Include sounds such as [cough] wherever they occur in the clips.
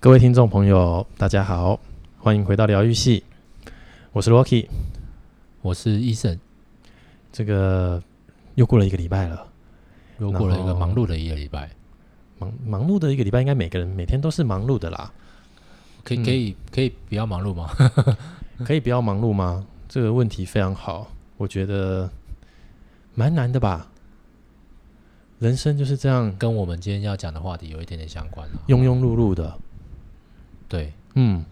各位听众朋友，大家好，欢迎回到疗愈系，我是 Rocky。我是医生，这个又过了一个礼拜了，又过了一个然后忙碌的一个礼拜，忙忙碌的一个礼拜，应该每个人每天都是忙碌的啦。可嗯以可以可以不要忙碌吗？ [laughs] 可以不要忙碌吗？这个问题非常好，我觉得蛮难的吧。人生就是这样跟我们今天要讲的话题有一点点相关啊。庸庸碌碌的，对，嗯，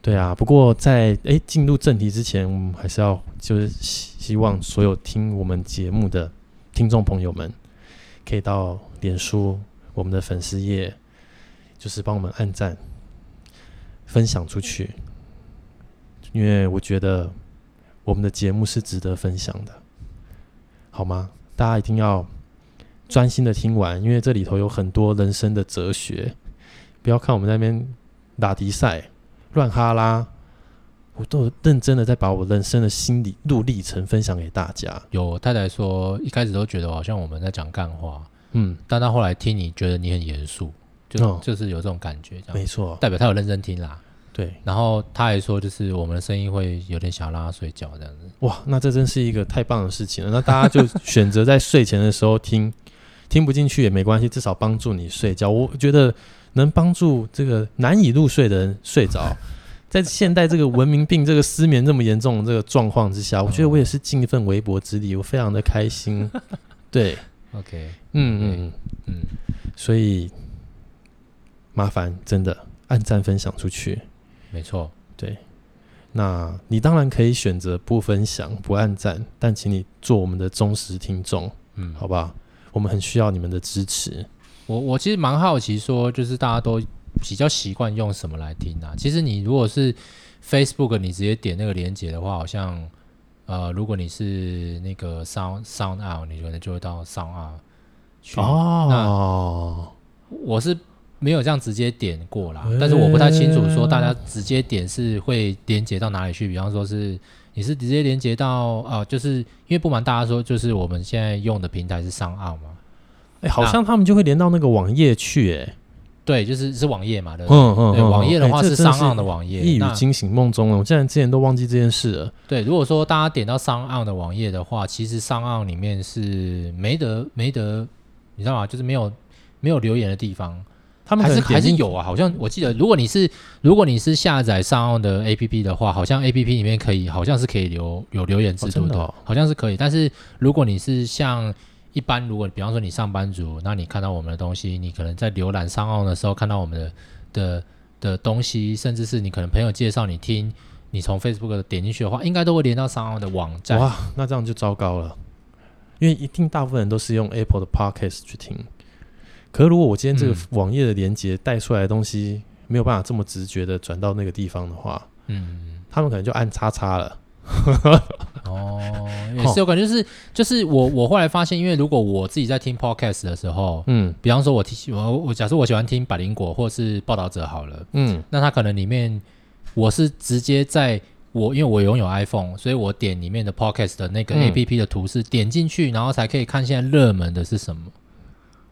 对啊。不过在诶进入正题之前，我们还是要就是希希望所有听我们节目的听众朋友们，可以到脸书我们的粉丝页，就是帮我们按赞、分享出去，因为我觉得我们的节目是值得分享的，好吗？大家一定要专心的听完，因为这里头有很多人生的哲学。不要看我们在那边打迪赛、乱哈拉，我都有认真的在把我人生的心理路历程分享给大家。有太太说一开始都觉得好像我们在讲干话，嗯，但她后来听你觉得你很严肃，就、哦就是有这种感觉，这样没错，代表她有认真听啦。对，然后她还说，就是我们的声音会有点想要让她睡觉这样子。哇，那这真是一个太棒的事情了。那大家就选择在睡前的时候听，听不进去也没关系，至少帮助你睡觉。我觉得能帮助这个难以入睡的人睡着，在现代这个文明病、这个失眠这么严重的这个状况之下，我觉得我也是尽一份微薄之力，我非常的开心。对， OK，嗯嗯嗯。嗯，所以麻烦真的按赞分享出去。没错，那你当然可以选择不分享、不按赞，但请你做我们的忠实听众，嗯，好吧？我们很需要你们的支持。我我其实蛮好奇，说就是大家都比较习惯用什么来听啊？其实你如果是 Facebook，你直接点那个连接的话，好像呃，如果你是那个 Sound Sound Out，你可能就会到 Sound Out 去。，哦，我是没有这样直接点过啦，欸但是我不太清楚说大家直接点是会连接到哪里去，比方说是。你是直接连接到啊、就是因为不瞒大家说，就是我们现在用的平台是上岸嘛，哎、好像他们就会连到那个网页去、哎，对，就是是网页嘛，对不对？嗯嗯对，网页的话哎这是真的上岸的网页。一语那惊醒梦中人，我竟然之前都忘记这件事了。对，如果说大家点到上岸的网页的话，其实上岸里面是没得没得，你知道吗？就是没有没有留言的地方，他们还是可能还点是进去有啊。好像我记得，如果你是如果你是下载上岸的 APP 的话，好像 APP 里面可以，好像是可以留有留言哦制度真的，的哦好像是可以。但是如果你是像一般，如果比方说你上班族，那你看到我们的东西，你可能在浏览上岸的时候看到我们的的的东西，甚至是你可能朋友介绍你听，你从 Facebook 点进去的话，应该都会连到上岸的网站。哇，那这样就糟糕了，因为一定大部分人都是用 Apple 的 Podcast 去听。可是如果我今天这个嗯网页的连接带出来的东西没有办法这么直觉的转到那个地方的话，嗯，他们可能就按叉叉了。 [laughs] 哦，也是有感觉，就是就是我我后来发现，因为如果我自己在听 Podcast 的时候，嗯比方说我听我我假设我喜欢听百灵果或是报道者好了，嗯，那它可能里面我是直接在我因为我拥有 iPhone，所以我点里面的 Podcast 的那个嗯 APP 的图示、点进去，然后才可以看现在热门的是什么，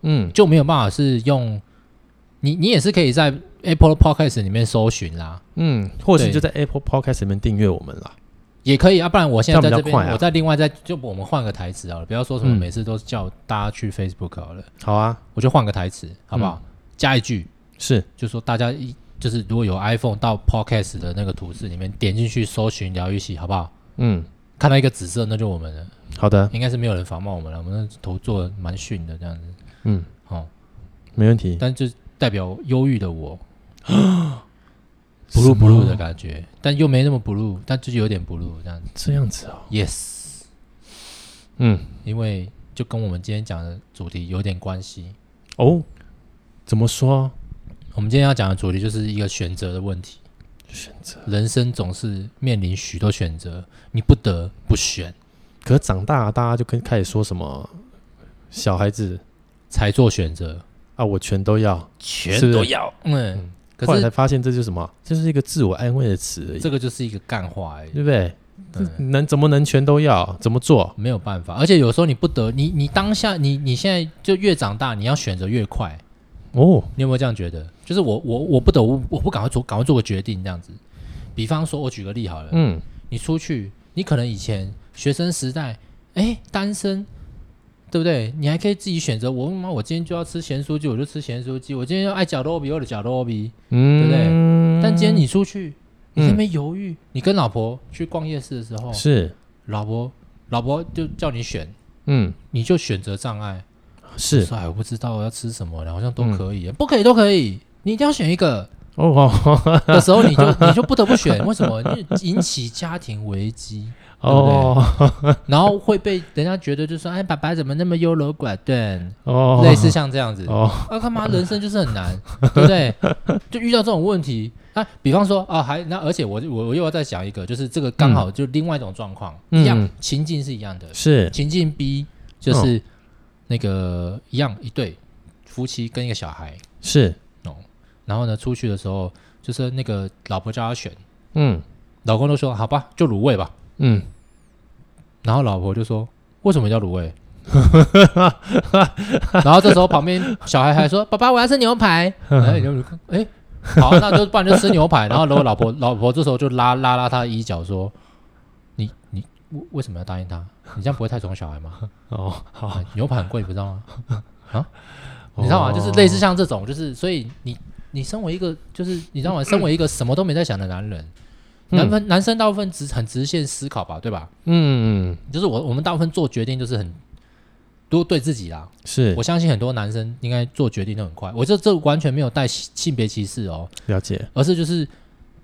嗯，就没有办法是用你你也是可以在 Apple Podcast 里面搜寻啦。嗯，或许对就在 Apple Podcast 里面订阅我们啦。也可以啊，不然我现在在这这边，样比较快啊我再另外再就我们换个台词好了，不要说什么嗯每次都叫大家去 Facebook 好了，好啊，我就换个台词好不好？嗯加一句，是就说大家一就是如果有 iPhone 到 Podcast 的那个图示里面点进去搜寻疗愈系，好不好？嗯，看到一个紫色，那就我们了，好的，应该是没有人仿冒我们了，我们那头做的蛮逊的这样子嗯，哦，没问题。但就代表忧郁的我 Blue ，blue blue 吗的感觉，但又没那么 blue，但就是有点 blue 这样子这样子哦， ，yes，嗯，因为就跟我们今天讲的主题有点关系。哦，怎么说？我们今天要讲的主题就是一个选择的问题，选择。人生总是面临许多选择，你不得不选。可是长大了大家就跟开始说什么小孩子才做选择，啊，我全都要。全都要。嗯，后可来才是发现这就是什么？这就是一个自我安慰的词而已，这个就是一个干话而已，对不对？嗯能怎么能全都要？怎么做？没有办法。而且有时候你不得，你你当下你你现在就越长大，你要选择越快，哦，你有没有这样觉得？就是我我我不得我我不赶快做赶快做个决定这样子。比方说，我举个例好了，嗯，你出去，你可能以前学生时代，哎，单身，对不对？你还可以自己选择。我妈，我今天就要吃咸酥鸡，我就吃咸酥鸡；我今天要爱绞肉饼，我就绞肉饼。嗯，对不对但今天你出去，你在那嗯边犹豫，你跟老婆去逛夜市的时候，是，老婆老婆就叫你选，嗯，你就选择障碍。是，说哎，我不知道我要吃什么，然后好像都嗯可以，不可以都可以，你一定要选一个。哦 [laughs] 哦的时候，你就你就不得不选，为什么？因为引起家庭危机，哦然后会被人家觉得就说，哎，爸爸怎么那么优柔寡断，哦，类似像这样子。哦，啊，干嘛？人生就是很难，对不对？就遇到这种问题，啊，比方说啊，还那而且我我我又要再讲一个，就是这个刚好就另外一种状况，嗯一样情境是一样的，是，哦情境 B 就是那个一样一对夫妻跟一个小孩，是，然后呢出去的时候，就是那个老婆叫他选。嗯老公都说好吧，就卤味吧。嗯，然后老婆就说为什么叫卤味？然后这时候旁边小孩还说爸爸我要吃牛排。哎，然后就哎，好，那就不然就吃牛排。然后然后老婆老婆这时候就拉拉拉他的衣角说你你为为什么要答应他？你这样不会太宠小孩吗？哦，好，啊牛排很贵，你不知道吗？啊，你知道吗？就是类似像这种，就是所以你你身为一个，就是你知道吗？身为一个什么都没在想的男人，嗯男分男生大部分直很直线思考吧，对吧？嗯，嗯，就是我我们大部分做决定就是很都对自己啦。是我相信很多男生应该做决定都很快，我这这完全没有带性性别歧视哦，了解，而是就是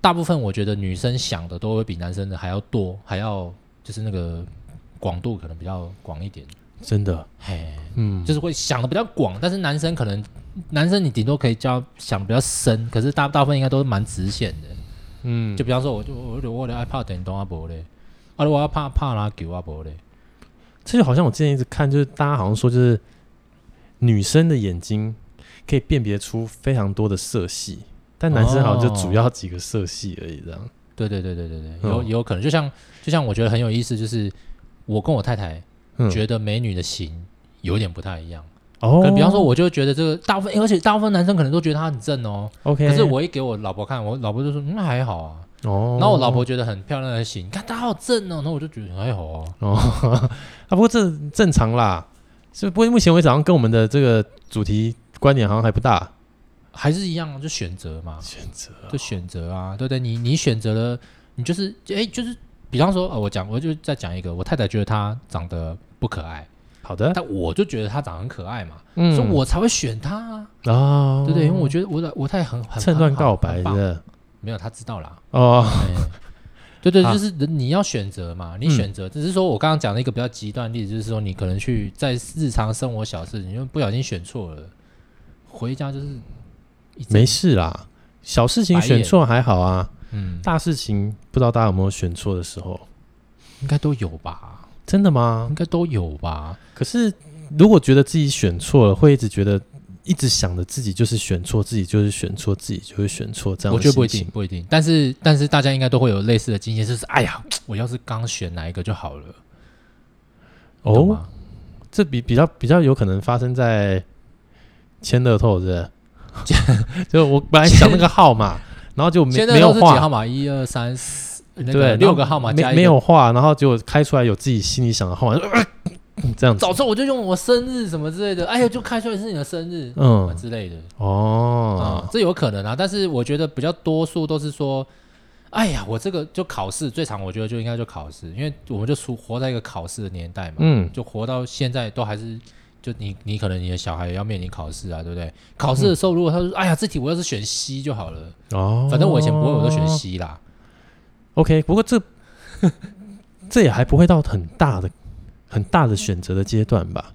大部分我觉得女生想的都会比男生的还要多，还要就是那个广度可能比较广一点，真的，嘿。嗯，就是会想的比较广，但是男生可能男生你顶多可以叫想得比较深，可是大大部分应该都是蛮直线的。嗯，就比方说我，就我就我的 iPad 等东阿伯嘞，啊，我要怕怕拉球阿伯嘞，这就好像我之前一直看，就是大家好像说，就是女生的眼睛可以辨别出非常多的色系，但男生好像就主要几个色系而已，这样。对对对对对对，哦有有可能，就像就像我觉得很有意思，就是我跟我太太嗯，觉得美女的型有点不太一样，哦可，能比方说我就觉得这个大部分，而且大部分男生可能都觉得她很正哦， ，OK，可是我一给我老婆看，我老婆就说嗯还好啊，哦，然后我老婆觉得很漂亮的型，看她好正哦，然后我就觉得还好啊。哦， [laughs] 啊，不过这正常啦，是不过目前为止好像跟我们的这个主题观点好像还不大，还是一样，就选择嘛，选择就选择啊，对不对？你你选择了，你就是哎、就是，比方说，呃，我讲，我就再讲一个，我太太觉得她长得不可爱，好的，但我就觉得她长得很可爱嘛，嗯所以我才会选她、啊，哦，对不对？因为我觉得我的我太太很很趁乱告白很棒的没有，她知道啦。 [laughs] 哦，哎对对，啊嗯就是人你要选择嘛，你选择，只是说我刚刚讲的一个比较极端的例子，就是说你可能去在日常生活小事，你就不小心选错了，回家就是一整没事啦，小事情白眼选错还好啊，嗯，大事情不知道大家有没有选错的时候。应该都有吧。真的吗应？该都有吧？可是如果觉得自己选错了，会一直觉得一直想着自己就是选错，自己就是选错，自己就是选错这样我的觉心得情。不一定，不一定。但是，但是大家应该都会有类似的经验，就是哎呀，我要是刚选哪一个就好了，你懂哦，吗？这比比较比较有可能发生在签乐透，是不 [laughs] 是？就我本来想那个号码，然后就没现没在有都是几画号，码？一二三四，那对个，六个号码没加一个没有画，然后结果开出来有自己心里想的号码，呃这样子。早知道我就用我生日什么之类的，哎呀，就开出来是你的生日、啊嗯，之类的啊、哦，这有可能啊。但是我觉得比较多数都是说，哎呀，我这个就考试最常，我觉得就应该就考试，因为我们就处活在一个考试的年代嘛。嗯，就活到现在都还是，就你你可能你的小孩也要面临考试啊，对不对？考试的时候，如果他说，哎呀，这题我要是选 C 就好了，哦，反正我以前不会，我都选 C 啦。 OK，不过这这也还不会到很大的、很大的选择的阶段吧？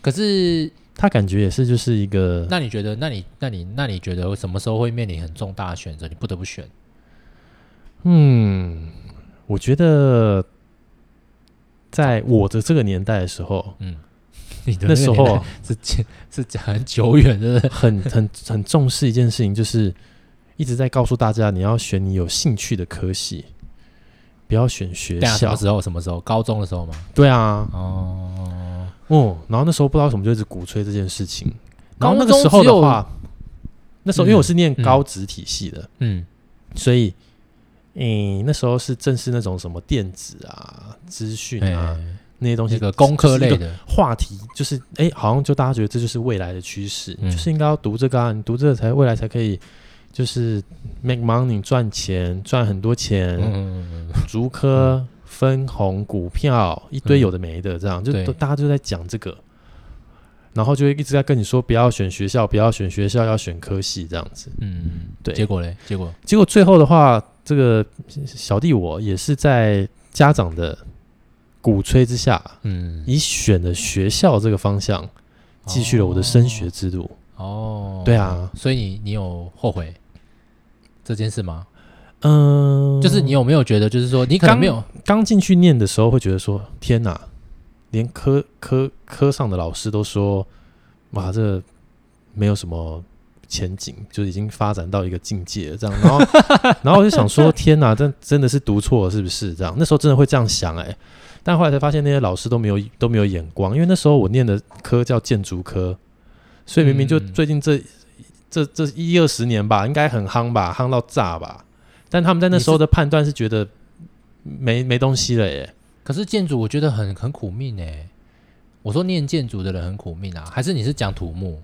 可是，他感觉也是就是一个那你觉得，那你那你那你觉得什么时候会面临很重大的选择，你不得不选？ [laughs] 嗯，我觉得在我的这个年代的时候，嗯，你的那时个年候代是是讲很久远的，很很很重视一件事情，就是一直在告诉大家你要选你有兴趣的科系，不要选学对啊，什校么。时候？什么时候？高中的时候吗？对啊，哦，哦，然后那时候不知道为什么就一直鼓吹这件事情，然后那个高中时候只有的话，那时候因为我是念嗯嗯高职体系的，嗯所以，诶、那时候是正是那种什么电子啊、资讯啊、哎那些东西，那个工科类是一个的，话题，就是诶、好像就大家觉得这就是未来的趋势，嗯就是应该要读这个啊，你读这个才未来才可以，就是 make money 赚钱，赚很多钱，嗯嗯嗯嗯竹科、分红、股票，一堆有的没的，这样、就嗯对都大家就在讲这个，然后就会一直在跟你说不要选学校，不要选学校，要选科系这样子。嗯，对结果嘞，结果结果最后的话，这个小弟我也是在家长的鼓吹之下，嗯，以选了学校这个方向，继续了我的升学之路。哦，对，啊，所以你你有后悔这件事吗？嗯，哦就是你有没有觉得，就是说你可能刚没有，刚进去念的时候会觉得说，天哪，连科科科上的老师都说，哇，这没有什么前景，就已经发展到一个境界了这样。然后， [laughs] 然后我就想说，天哪，这真的是读错了是不是？这样，那时候真的会这样想哎、但后来才发现那些老师都没有都没有眼光，因为那时候我念的科叫建筑科，所以明明就嗯最近这、这这一二十年吧，应该很夯吧，夯到炸吧。但他们在那时候的判断是觉得没没东西了耶。可是建筑我觉得很很苦命哎、我说念建筑的人很苦命啊，还是你是讲土木？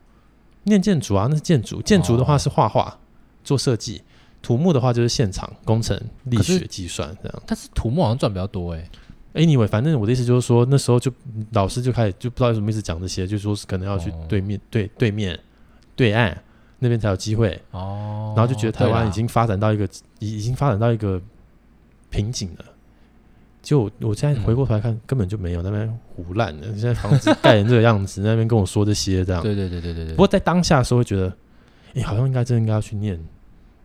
念建筑啊，那是建筑，建筑的话哦是画画、做设计，土木的话就是现场工程、力可是学、计算这样。但是土木好像赚比较多哎、 Anyway，反正我的意思就是说，那时候就老师就开始就不知道为什么一直讲这些，就说是可能要去哦对面、对对面、对岸那边才有机会，哦，然后就觉得台湾已对啦经发展到一个已已经发展到一个瓶颈了。就我现在嗯回过头来看，根本就没有那边胡乱的，现在房子盖成这个样子， [laughs] 那边跟我说这些这样。对对对对对对，啊不过在当下的时候，会觉得，哎、好像应该真的应该要去念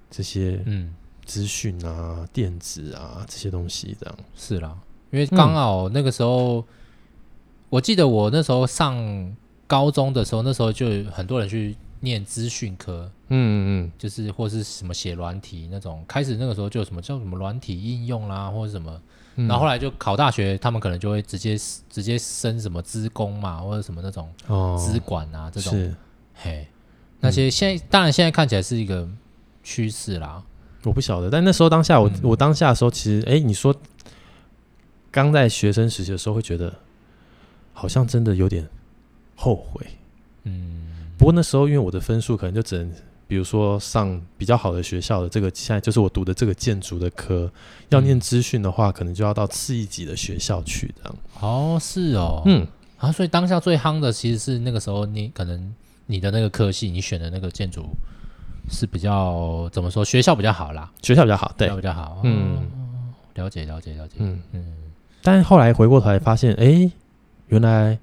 这些嗯资讯啊、电子啊这些东西，这样。是啦，因为嗯刚好那个时候，我记得我那时候上高中的时候，那时候就有很多人去念资讯科，嗯嗯就是或是什么写软体那种，开始那个时候就有什么叫什么软体应用啦，或者什么，嗯然后后来就考大学，他们可能就会直接直接升什么资工嘛，或者什么那种哦，资管啊、这种，是，嘿，那些现在、当然现在看起来是一个趋势啦，我不晓得。但那时候当下我，我、嗯当下的时候，其实，哎、你说刚在学生时期的时候，会觉得好像真的有点后悔。嗯，不过那时候，因为我的分数可能就只能。比如说上比较好的学校的这个，现在就是我读的这个建筑的科，要念嗯资讯的话，可能就要到次一级的学校去这样。哦是哦，嗯，啊，所以当下最夯的其实是那个时候你可能你的那个科系，你选的那个建筑是比较怎么说，学校比较好啦，学校比较好，学对校，比较好，嗯嗯，了解了解了解，嗯。嗯，但后来回过头来发现，哎、原来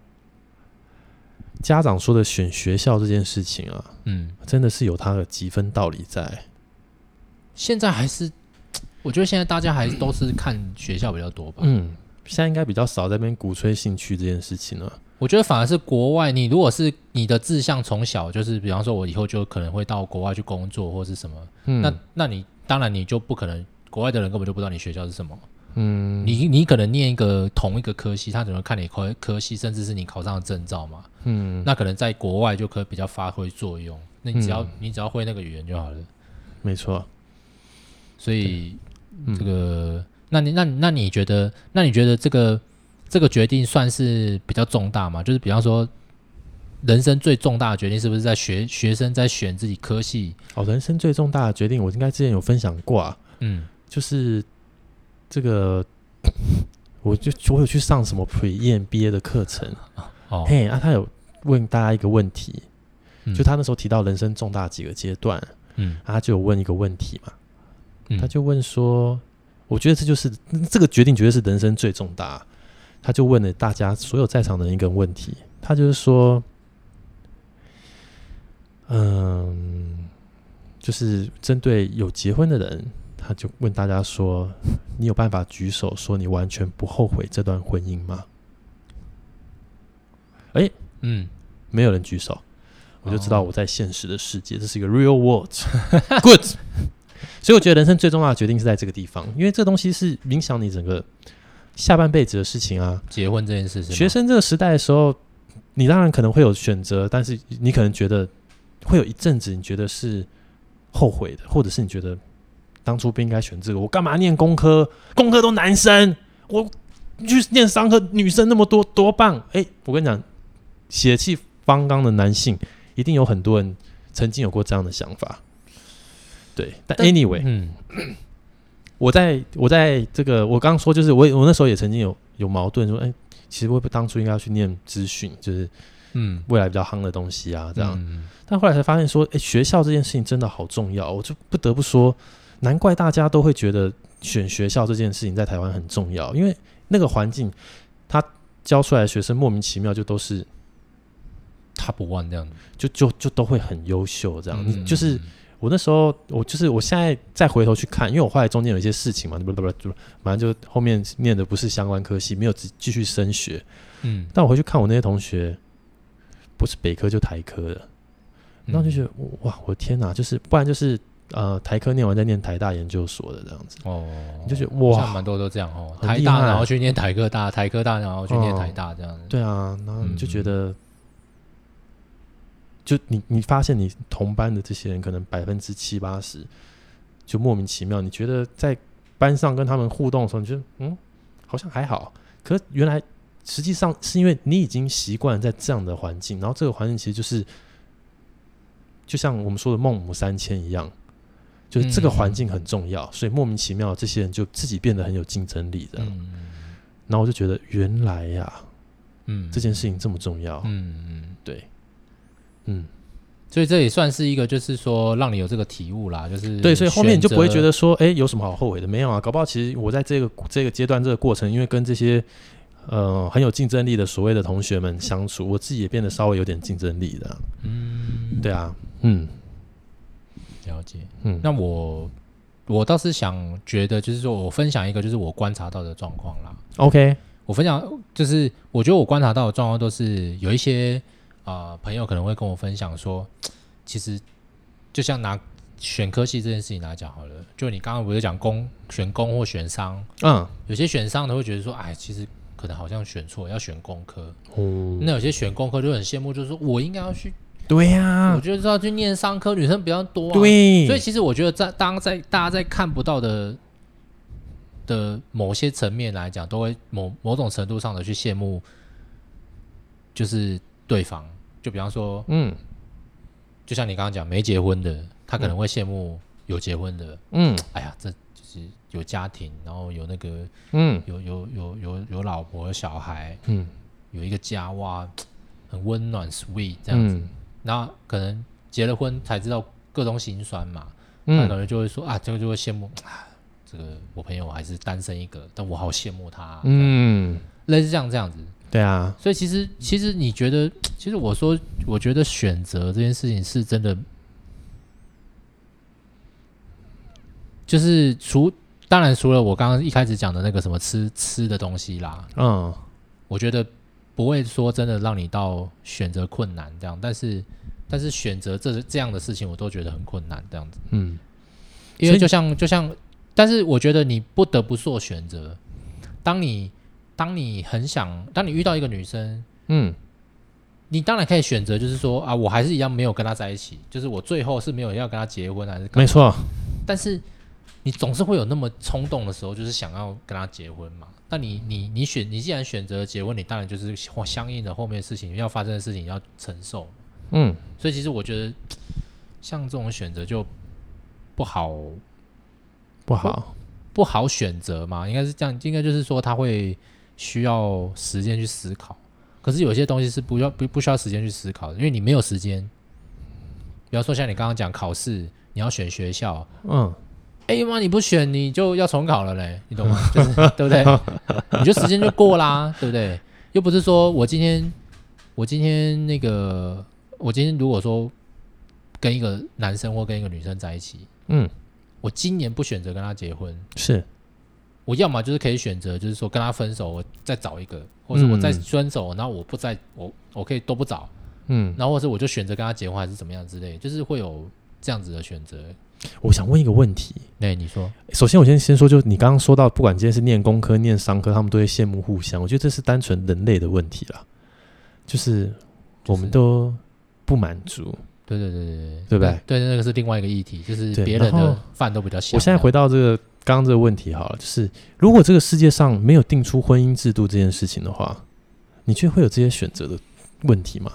家长说的选学校这件事情啊，嗯，真的是有它的几分道理在。现在还是，我觉得现在大家还是都是看学校比较多吧，嗯，现在应该比较少在那边鼓吹兴趣这件事情啊了、我觉得反而是国外，你如果是你的志向从小就是，比方说我以后就可能会到国外去工作或是什么，嗯，那那你当然你就不可能。国外的人根本就不知道你学校是什么，嗯你你可能念一个同一个科系，他只能看你科科系，甚至是你考上的证照嘛。嗯，那可能在国外就可以比较发挥作用。那你只要、嗯你只要会那个语言就好了。没错，所以嗯这个，那你那你那你觉得，那你觉得这个这个决定算是比较重大吗？就是比方说，人生最重大的决定是不是在学学生在选自己科系？哦，人生最重大的决定，我应该之前有分享过啊，嗯，就是这个， [coughs] 我就我有去上什么 pre EMBA 的课程，哦，嘿，啊，他有问大家一个问题，嗯就他那时候提到人生重大几个阶段，嗯啊他就有问一个问题嘛，嗯，他就问说，我觉得这就是这个决定，绝对是人生最重大。他就问了大家所有在场的人一个问题，他就是说，嗯，就是针对有结婚的人，他就问大家说，你有办法举手说你完全不后悔这段婚姻吗？嗯，没有人举手，我就知道我在现实的世界，这是一个 real world [laughs] good。所以我觉得人生最重要的决定是在这个地方，因为这东西是影响你整个下半辈子的事情啊。结婚这件事是吗学生这个时代的时候，你当然可能会有选择，但是你可能觉得会有一阵子，你觉得是后悔的，或者是你觉得当初不应该选这个，我干嘛念工科？工科都男生，我去念商科，女生那么多， [laughs] 多棒！哎、我跟你讲，血气方刚的男性，一定有很多人曾经有过这样的想法。对，但但 anyway，嗯，我在我在这个我刚刚说，就是我也我那时候也曾经有有矛盾，说，哎、其实我当初应该要去念资讯，就是嗯，未来比较夯的东西啊，这样。嗯但后来才发现说，哎、学校这件事情真的好重要，我就不得不说，难怪大家都会觉得选学校这件事情在台湾很重要，因为那个环境，他教出来的学生莫名其妙就都是，Top One 这样子，就就就都会很优秀，这这样、你就是。我那时候，我就是我现在再回头去看，因为我后来中间有一些事情嘛，不不不，就反正就后面念的不是相关科系，没有继继续升学。嗯，但我回去看我那些同学，不是北科就台科的，然后就觉得得哇，我的天哪！就是不然就是呃，台科念完再念台大研究所的这样子，哦，你就觉得好像哇，蛮多都这样哦，很台厉大害然后去念台科大，台科大然后去念台大这样子，对啊，然后你就嗯觉得，就你你发现你同班的这些人可能百分之七八十，就莫名其妙，你觉得在班上跟他们互动的时候，你觉得嗯，好像还好，可是原来实际上是因为你已经习惯在这样的环境，然后这个环境其实就是，就像我们说的孟母三迁一样。就是这个嗯环境很重要，所以莫名其妙这些人就自己变得很有竞争力的。嗯然后我就觉得原来呀、嗯，这件事情这么重要，嗯嗯。哦对，嗯，所以这也算是一个，就是说让你有这个体悟啦，就是对，所以后面你就不会觉选择得说，哎、有什么好后悔的？没有啊，搞不好其实我在这个这个阶段这个过程，因为跟这些呃很有竞争力的所谓的同学们相处，我自己也变得稍微有点竞争力的啊、嗯，对啊，嗯了解。嗯，那我我倒是想觉得，就是说我分享一个，就是我观察到的状况啦。 OK，我分享就是我觉得我观察到的状况都是有一些呃朋友可能会跟我分享说，其实就像拿选科系这件事情来讲好了，就你刚刚不是讲工选工或选商，嗯，有些选商的会觉得说，哎，其实可能好像选错，要选工科。哦，那有些选工科就很羡慕，就是说我应该要去，对呀、我就知道去念商科，女生比较多、啊。，对，所以其实我觉得在当在大家在看不到的的某些层面来讲，都会某某种程度上的去羡慕，就是对方。就比方说，嗯就像你刚刚讲，没结婚的，他可能会羡慕有结婚的。嗯哎呀，这就是有家庭，然后有那个嗯有有有有有老婆有小孩，嗯，有一个家哇，很温暖 sweet 这这样子。子，那可能结了婚才知道各种辛酸嘛，那可嗯能就会说啊，这个就会羡慕啊，这个我朋友还是单身一个，但我好羡慕他、啊嗯，类似像这样子。对啊，所以其实其实你觉得，其实我说，我觉得选择这件事情是真的，就是除当然除了我刚刚一开始讲的那个什么吃吃的东西啦，嗯我觉得不会说真的让你到选择困难这样，但是但是选择这这样的事情，我都觉得很困难这样子，嗯因所为以就像就像，但是我觉得你不得不做选择。当你当你很想，当你遇到一个女生，嗯你当然可以选择，就是说啊，我还是一样没有跟她在一起，就是我最后是没有要跟她结婚还是干嘛没，错，但是你总是会有那么冲动的时候，就是想要跟他结婚嘛。那你你你选，你既然选择了结婚，你当然就是相应的后面的事情要发生的事情要承受。嗯所以其实我觉得，像这种选择就不好不好，不好选择嘛，应该是这样，应该就是说他会需要时间去思考。可是有些东西是不要不不需要时间去思考的，因为你没有时间。比方说像你刚刚讲考试，你要选学校，嗯哎妈，你不选你就要重考了嘞，你懂吗？就是 [laughs] 对不对？你就时间就过啦，对不对？又不是说我今天我今天那个我今天如果说跟一个男生或跟一个女生在一起，嗯我今年不选择跟他结婚，是，我要么就是可以选择，就是说跟他分手，我再找一个，或者我再嗯分手，然后我不再我我可以都不找，嗯，然后或者我就选择跟他结婚还是怎么样之类，就是会有这样子的选择。我想问一个问题，那你说，首先，我先先说，就你刚刚说到，不管今天是念工科、念商科，他们都会羡慕互相。我觉得这是单纯人类的问题啦。就是就是我们都不满足。对对对对对不对？对，那个是另外一个议题，就是对别人然后的饭都比较小。我现在回到这个刚刚这个问题好了，就是如果这个世界上没有定出婚姻制度这件事情的话，你觉得会有这些选择的问题吗？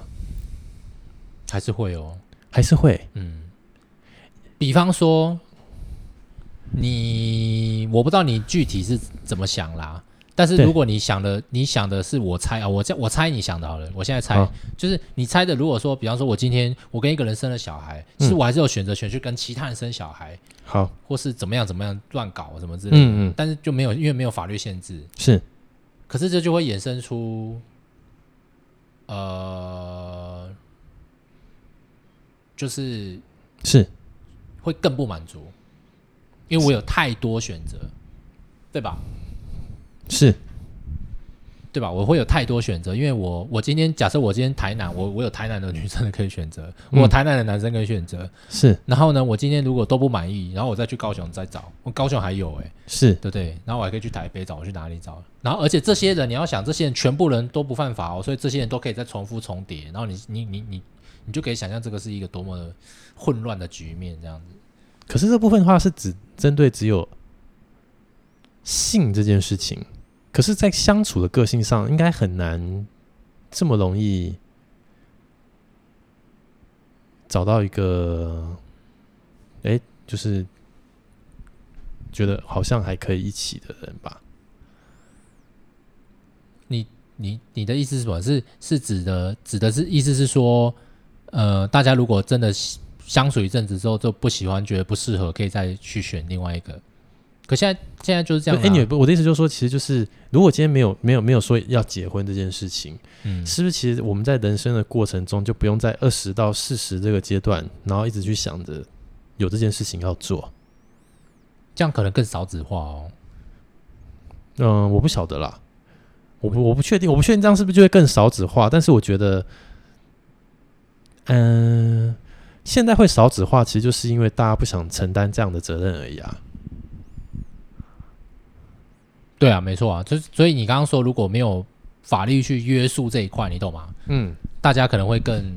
还是会哦，还是会？嗯，比方说，你我不知道你具体是怎么想啦，但是对如果你想的，你想的是我猜啊，我这我猜你想的好了，我现在猜好，就是你猜的。如果说，比方说，我今天我跟一个人生了小孩，嗯其实我还是有选择权去跟其他人生小孩，好，或是怎么样怎么样乱搞什么之类的，嗯嗯，但是就没有，因为没有法律限制，是可是这就会衍生出，呃，就是是，会更不满足，因为我有太多选择，对吧？是，对吧？我会有太多选择，因为我我今天假设我今天台南，我我有台南的女生可以选择，我有嗯台南的男生可以选择。是，然后呢，我今天如果都不满意，然后我再去高雄再找，我高雄还有哎、是，对不对？然后我还可以去台北找，我去哪里找？然后而且这些人你要想，这些人全部人都不犯法哦，所以这些人都可以再重复重叠。然后你你你你你就可以想象这个是一个多么的混乱的局面，这样子。可是这部分的话是只针对只有性这件事情，可是，在相处的个性上，应该很难这么容易找到一个，哎、就是觉得好像还可以一起的人吧？你你的意思是什么？是是指的指的是意思是说，呃，大家如果真的喜相处一阵子之后就不喜欢，觉得不适合，可以再去选另外一个。可现在现在就是这对，样、啊。哎、你我的意思就是说，其实就是如果今天没有没有没有说要结婚这件事情，嗯，是不是其实我们在人生的过程中，就不用在二十到四十这个阶段，然后一直去想着有这件事情要做？这样可能更少子化哦。嗯，我不晓得啦，我不我不确定，我不确定这样是不是就会更少子化，但是我觉得，嗯、现在会少子化，其实就是因为大家不想承担这样的责任而已啊。对啊，没错啊，就是所以你刚刚说如果没有法律去约束这一块，你懂吗？嗯，大家可能会更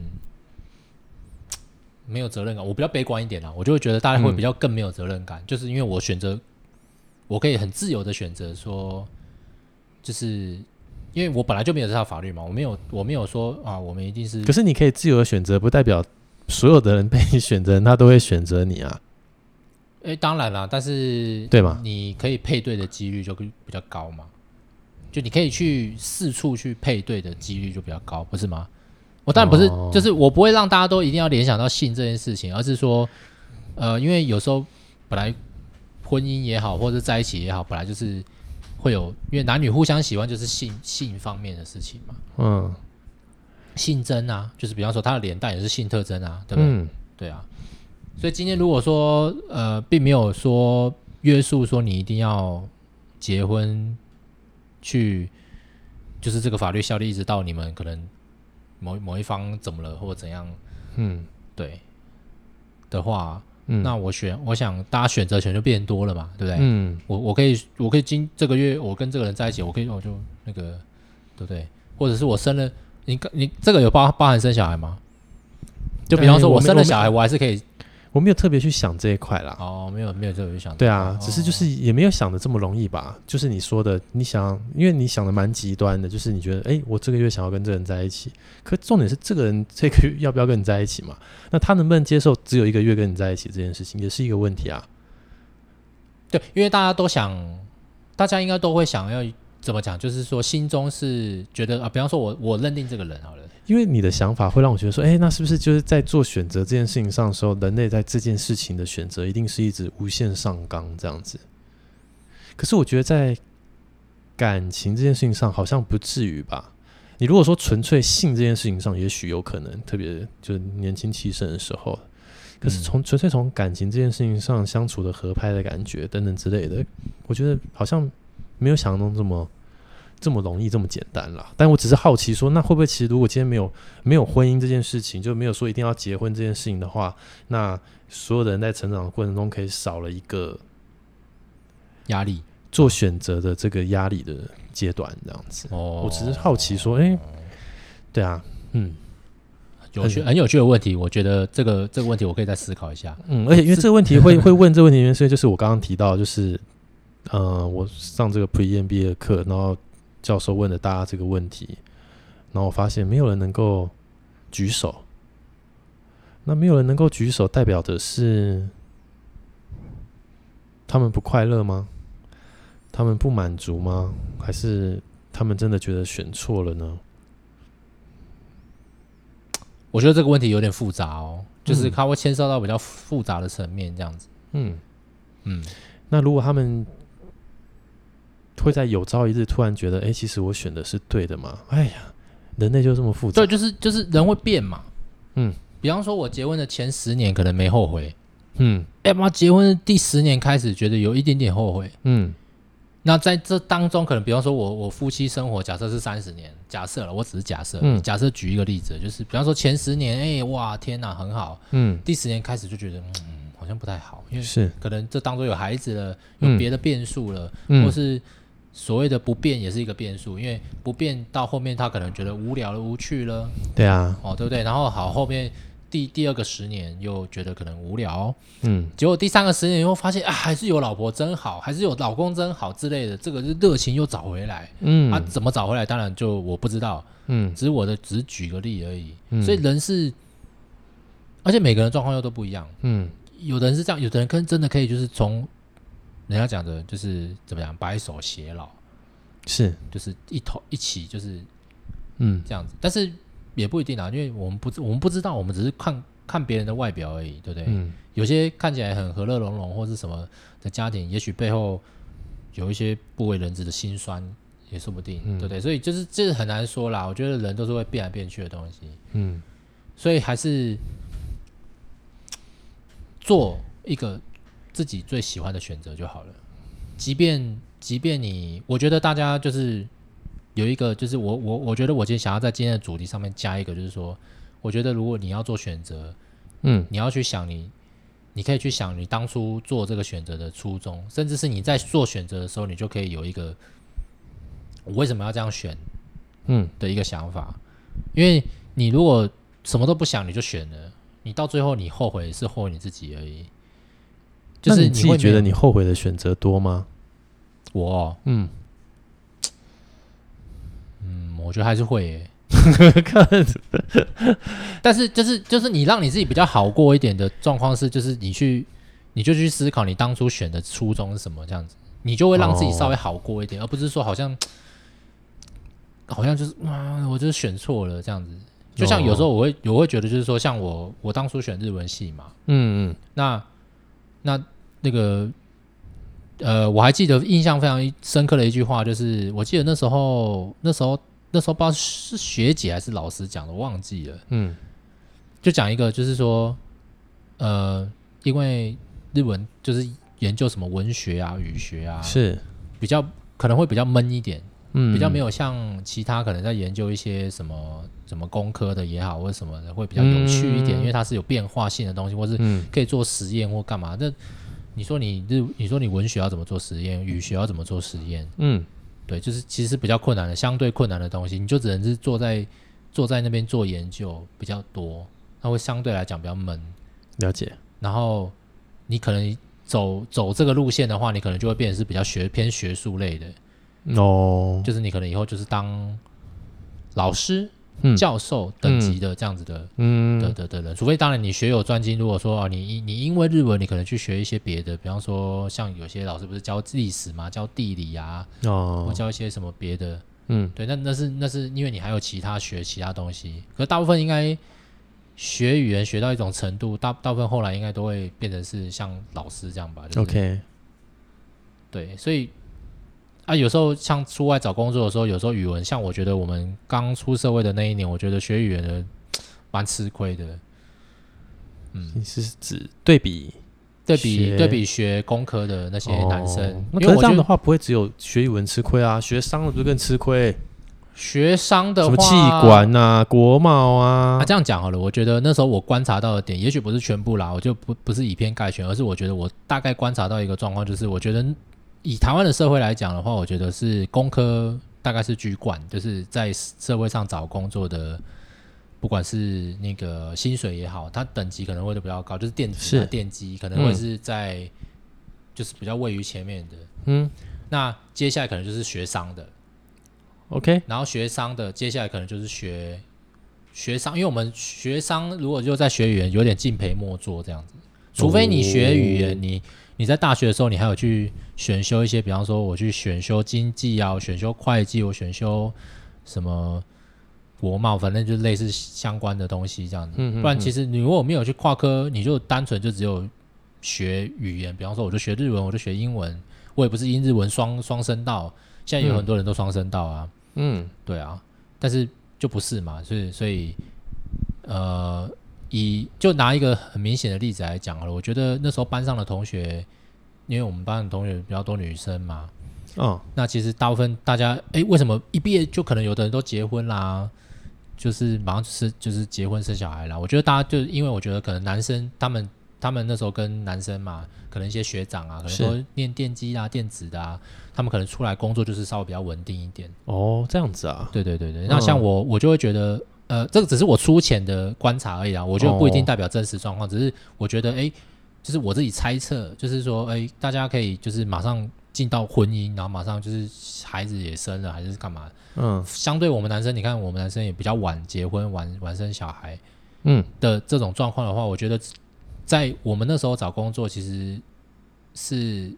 没有责任感。我比较悲观一点啦，我就会觉得大家会比较更没有责任感，就是因为我选择，我可以很自由的选择说，就是因为我本来就没有这套法律嘛，我没有我没有说啊，我们一定是可是你可以自由的选择，不代表所有的人被你选择，他都会选择你啊。哎、当然啦，但是对嘛你可以配对的几率就比较高嘛，就你可以去四处去配对的几率就比较高，不是吗？我当然不是，哦就是我不会让大家都一定要联想到性这件事情，而是说，呃，因为有时候本来婚姻也好，或者在一起也好，本来就是会有，因为男女互相喜欢就是性性方面的事情嘛，嗯性征啊，就是比方说他的脸蛋也是性特征啊，对不对？嗯，对啊，所以今天如果说呃，并没有说约束说你一定要结婚去，就是这个法律效力一直到你们可能某某一方怎么了或怎样，嗯对的话，嗯，那我选我想大家选择权就变多了嘛，对不对？嗯我我可以我可以今这个月我跟这个人在一起，我可以我就那个对不对？或者是我生了你你这个有包包含生小孩吗？就比方说哎我我没生我了没小孩，我还是可以我没有特别去想这一块啦。哦，没有没有这个想到。对啊，哦只是就是也没有想的这么容易吧。就是你说的，你想，因为你想的蛮极端的，就是你觉得，哎、我这个月想要跟这个人在一起，可重点是这个人这个月要不要跟你在一起嘛？那他能不能接受只有一个月跟你在一起这件事情，也是一个问题啊。对，因为大家都想，大家应该都会想要怎么讲，就是说心中是觉得啊，比方说我我认定这个人好了，因为你的想法会让我觉得说，哎、那是不是就是在做选择这件事情上的时候，人类在这件事情的选择一定是一直无限上纲这样子？可是我觉得在感情这件事情上，好像不至于吧？你如果说纯粹性这件事情上，也许有可能，特别就是年轻气盛的时候。可是嗯从纯粹从感情这件事情上相处的合拍的感觉等等之类的，我觉得好像没有想象中这么这么容易这么简单啦。但我只是好奇说，那会不会其实如果今天没有没有婚姻这件事情，就没有说一定要结婚这件事情的话，那所有的人在成长的过程中可以少了一个压力做选择的这个压力的阶段，这样子。哦，我只是好奇说，哎、对啊，嗯有趣很有趣的问题，我觉得这个这个问题我可以再思考一下。嗯，而且因为这个问题会会问这个问题，原因是就是我刚刚提到，就是呃，我上这个 Pre MBA 的课，然后教授问了大家这个问题，然后我发现没有人能够举手，那没有人能够举手，代表的是他们不快乐吗？他们不满足吗？还是他们真的觉得选错了呢？我觉得这个问题有点复杂哦，就是嗯它会牵涉到比较复杂的层面这样子。嗯，嗯，那如果他们会在有朝一日突然觉得，哎、其实我选的是对的嘛？哎呀，人类就这么复杂对，。就是就是人会变嘛。嗯，比方说我结婚的前十年可能没后悔，嗯哎妈，结婚的第十年开始觉得有一点点后悔。嗯那在这当中，可能比方说我我夫妻生活假设是三十年，假设了，我只是假设，嗯假设举一个例子，就是比方说前十年，哎、哇天哪很好，嗯，第十年开始就觉得嗯好像不太好，因为是，可能这当中有孩子了，嗯有别的变数了，或嗯是所谓的不变也是一个变数，因为不变到后面他可能觉得无聊了、无趣了，对啊，哦，对不对？然后好，后面第第二个十年又觉得可能无聊，嗯结果第三个十年又发现啊，还是有老婆真好，还是有老公真好之类的，这个就热情又找回来。啊，嗯怎么找回来？当然就我不知道，嗯只是我的只是举个例而已。嗯所以人是，而且每个人状况又都不一样。嗯有的人是这样，有的人跟真的可以就是从人家讲的，就是怎么讲，白首偕老，是，就是一头一起就是嗯这样子。但是也不一定啊，因为我们不知我们不知道，我们只是看看别人的外表而已，对不对？嗯有些看起来很和乐融融或是什么的家庭，也许背后有一些不为人知的辛酸，也说不定，嗯对不对？所以就是这很难说啦。我觉得人都是会变来变去的东西，嗯所以还是做一个自己最喜欢的选择就好了。即便即便你，我觉得大家就是有一个，就是我我我觉得我今天想要在今天的主题上面加一个，就是说，我觉得如果你要做选择，嗯你要去想你，你可以去想你当初做这个选择的初衷，甚至是你在做选择的时候，你就可以有一个我为什么要这样选嗯的一个想法。因为你如果什么都不想，你就选了，你到最后你后悔是后悔你自己而已。就那是你自己会觉没得有你后悔的选择多吗？我哦、嗯，嗯，我觉得还是会耶、但是就是就是你让你自己比较好过一点的状况是，就是你去你就去思考你当初选的初衷是什么，这样子你就会让自己稍微好过一点，而不是说好像好像就是哇，我就是选错了这样子。就像有时候我会我会觉得就是说，像我我当初选日文系嘛，嗯嗯那那那个呃，我还记得印象非常深刻的一句话，就是我记得那时候那时候那时候不知道是学姐还是老师讲的，忘记了。嗯就讲一个，就是说，呃，因为日文就是研究什么文学啊、语学啊，是，比较可能会比较闷一点，嗯比较没有像其他可能在研究一些什么什么工科的也好，或者什么的会比较有趣一点，嗯因为它是有变化性的东西，或是嗯可以做实验或干嘛。那你说你日，你说你文学要怎么做实验，语学要怎么做实验？嗯对，就是其实比较困难的，相对困难的东西，你就只能是坐在坐在那边做研究比较多，那会相对来讲比较闷。了解，然后你可能走走这个路线的话，你可能就会变成是比较学偏学术类的，哦，嗯就是你可能以后就是当老师、嗯教授等级的这样子的、的嗯的的人，除非当然你学有专精。如果说啊，你你因为日文，你可能去学一些别的，比方说像有些老师不是教历史嘛，教地理啊，或哦，教一些什么别的。嗯对，那那是那是因为你还有其他学其他东西，可是大部分应该学语言学到一种程度，大大部分后来应该都会变成是像老师这样吧。就是、 ，OK，对，所以啊，有时候像出外找工作的时候，有时候语文，像我觉得我们刚出社会的那一年，我觉得学语言的蛮吃亏的。嗯你是指对比对比学对比学工科的那些男生，哦那因可是为这我样觉的得话，不会只有学语文吃亏啊，学商的不是更吃亏？学商的什话，么气管呐、国贸啊啊，，这样讲好了，我觉得那时候我观察到的点，也许不是全部啦，我就不不是以偏概全，而是我觉得我大概观察到一个状况，就是我觉得以台湾的社会来讲的话，我觉得是工科大概是居冠，就是在社会上找工作的，不管是那个薪水也好，它等级可能会都比较高，就是电机、啊、是电机可能会嗯是在、就是比较位于前面的。嗯那接下来可能就是学商的， ，OK，然后学商的接下来可能就是学学商，因为我们学商如果就在学语言，有点敬陪末座这样子。除非你学语哦言，你你在大学的时候，你还有去选修一些，比方说我去选修经济啊，我选修会计，我选修什么国贸，反正就类似相关的东西这样子。嗯嗯不然嗯其实你如果没有去跨科，你就单纯就只有学语言，比方说我就学日文，我就学英文，我也不是英日文双双声道，现在有嗯很多人都双声道啊。嗯，对啊，但是就不是嘛，所以所以呃，以就拿一个很明显的例子来讲好了，我觉得那时候班上的同学，因为我们班的同学比较多女生嘛，哦，那其实大部分大家，诶，为什么一毕业就可能有的人都结婚啦？就是马上就是就是结婚生小孩啦。我觉得大家就因为我觉得可能男生他们他们那时候跟男生嘛，可能一些学长啊，可能是都念电机啊、电子的啊，他们可能出来工作就是稍微比较稳定一点。哦，这样子啊，对对对对，嗯那像我，我就会觉得，呃，这个只是我粗浅的观察而已啊，我觉得不一哦定代表真实状况，只是我觉得，哎，就是我自己猜测，就是说，哎，大家可以就是马上进到婚姻，然后马上就是孩子也生了，还是干嘛？嗯呃相对我们男生，你看我们男生也比较晚结婚、晚晚生小孩嗯，的这种状况的话，我觉得在我们那时候找工作，其实是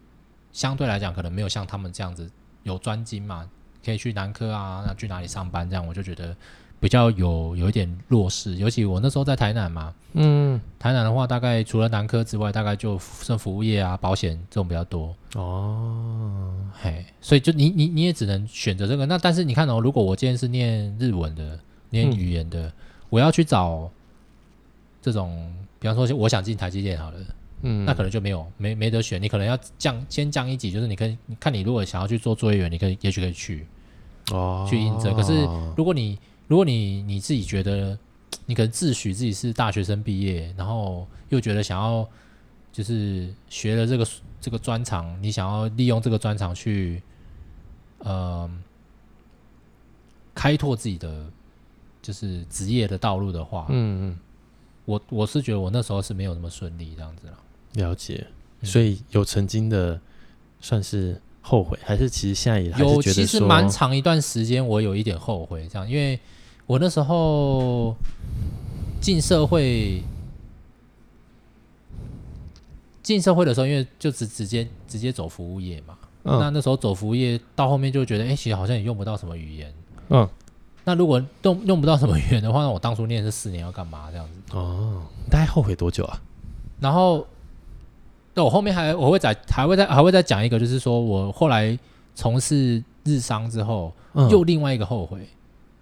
相对来讲可能没有像他们这样子有专精嘛，可以去南科啊，那去哪里上班这样，我就觉得比较有有一点弱势。尤其我那时候在台南嘛，嗯，台南的话，大概除了南科之外，大概就剩服务业啊、保险这种比较多。哦，嘿，所以就你你你也只能选择这个。那但是你看哦，如果我今天是念日文的，念嗯语言的，我要去找这种，比方说我想进台积电好了。嗯，那可能就没有没没得选，你可能要降先降一级，就是你可以你看你如果想要去做作业员，你可以也许可以去。哦，去应征可是如果你如果你你自己觉得你可能自诩自己是大学生毕业，然后又觉得想要就是学了这个这个专长，你想要利用这个专长去呃开拓自己的就是职业的道路的话，嗯嗯，我我是觉得我那时候是没有那么顺利这样子啦。了解，嗯所以有曾经的算是后悔，还是其实现在也还是有，觉其得实说，蛮长一段时间，我有一点后悔这样，因为我那时候进社会，进社会的时候，因为就直直接直接走服务业嘛，那嗯那时候走服务业到后面就觉得，哎、其实好像也用不到什么语言。嗯，那如果用用不到什么语言的话，那我当初念这四年要干嘛这样子？哦，你大概后悔多久啊？然后，对我后面还我会再还会再还会再讲一个，就是说我后来从事日商之后，嗯，又另外一个后悔。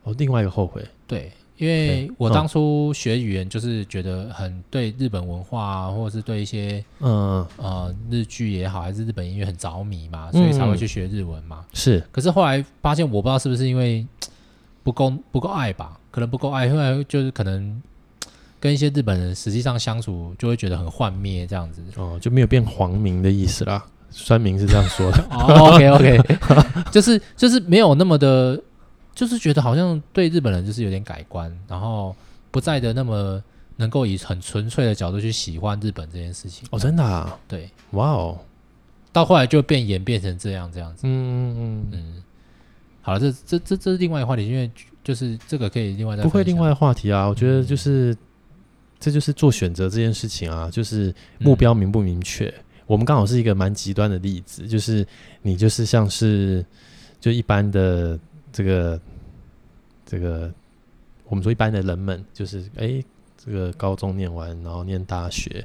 哦，另外一个后悔，对，因为 OK，我嗯当初学语言就是觉得很对日本文化啊，或者是对一些嗯，呃日剧也好，还是日本音乐很着迷嘛，所以才嗯会去学日文嘛。是，可是后来发现，我不知道是不是因为不够不够爱吧，可能不够爱，后来就是可能跟一些日本人实际上相处，就会觉得很幻灭这样子。哦，就没有变黄明的意思啦，酸明是这样说 [laughs] 的，哦，OK [laughs] OK，就是就是没有那么的，就是觉得好像对日本人就是有点改观，然后不再的那么能够以很纯粹的角度去喜欢日本这件事情。哦，真的、啊，对，哇哦，到后来就变演变成这样这样子。嗯嗯嗯，好了，这这这这是另外一个话题，因为就是这个可以另外再嗯，不会分享另外的话题啊，我觉得就是、这就是做选择这件事情啊，就是嗯目、标明不明确？我们刚好是一个蛮极端的例子，就是你就是像是就一般的这个这个，我们说一般的人们，就是哎、诶这个高中念完，然后念大学，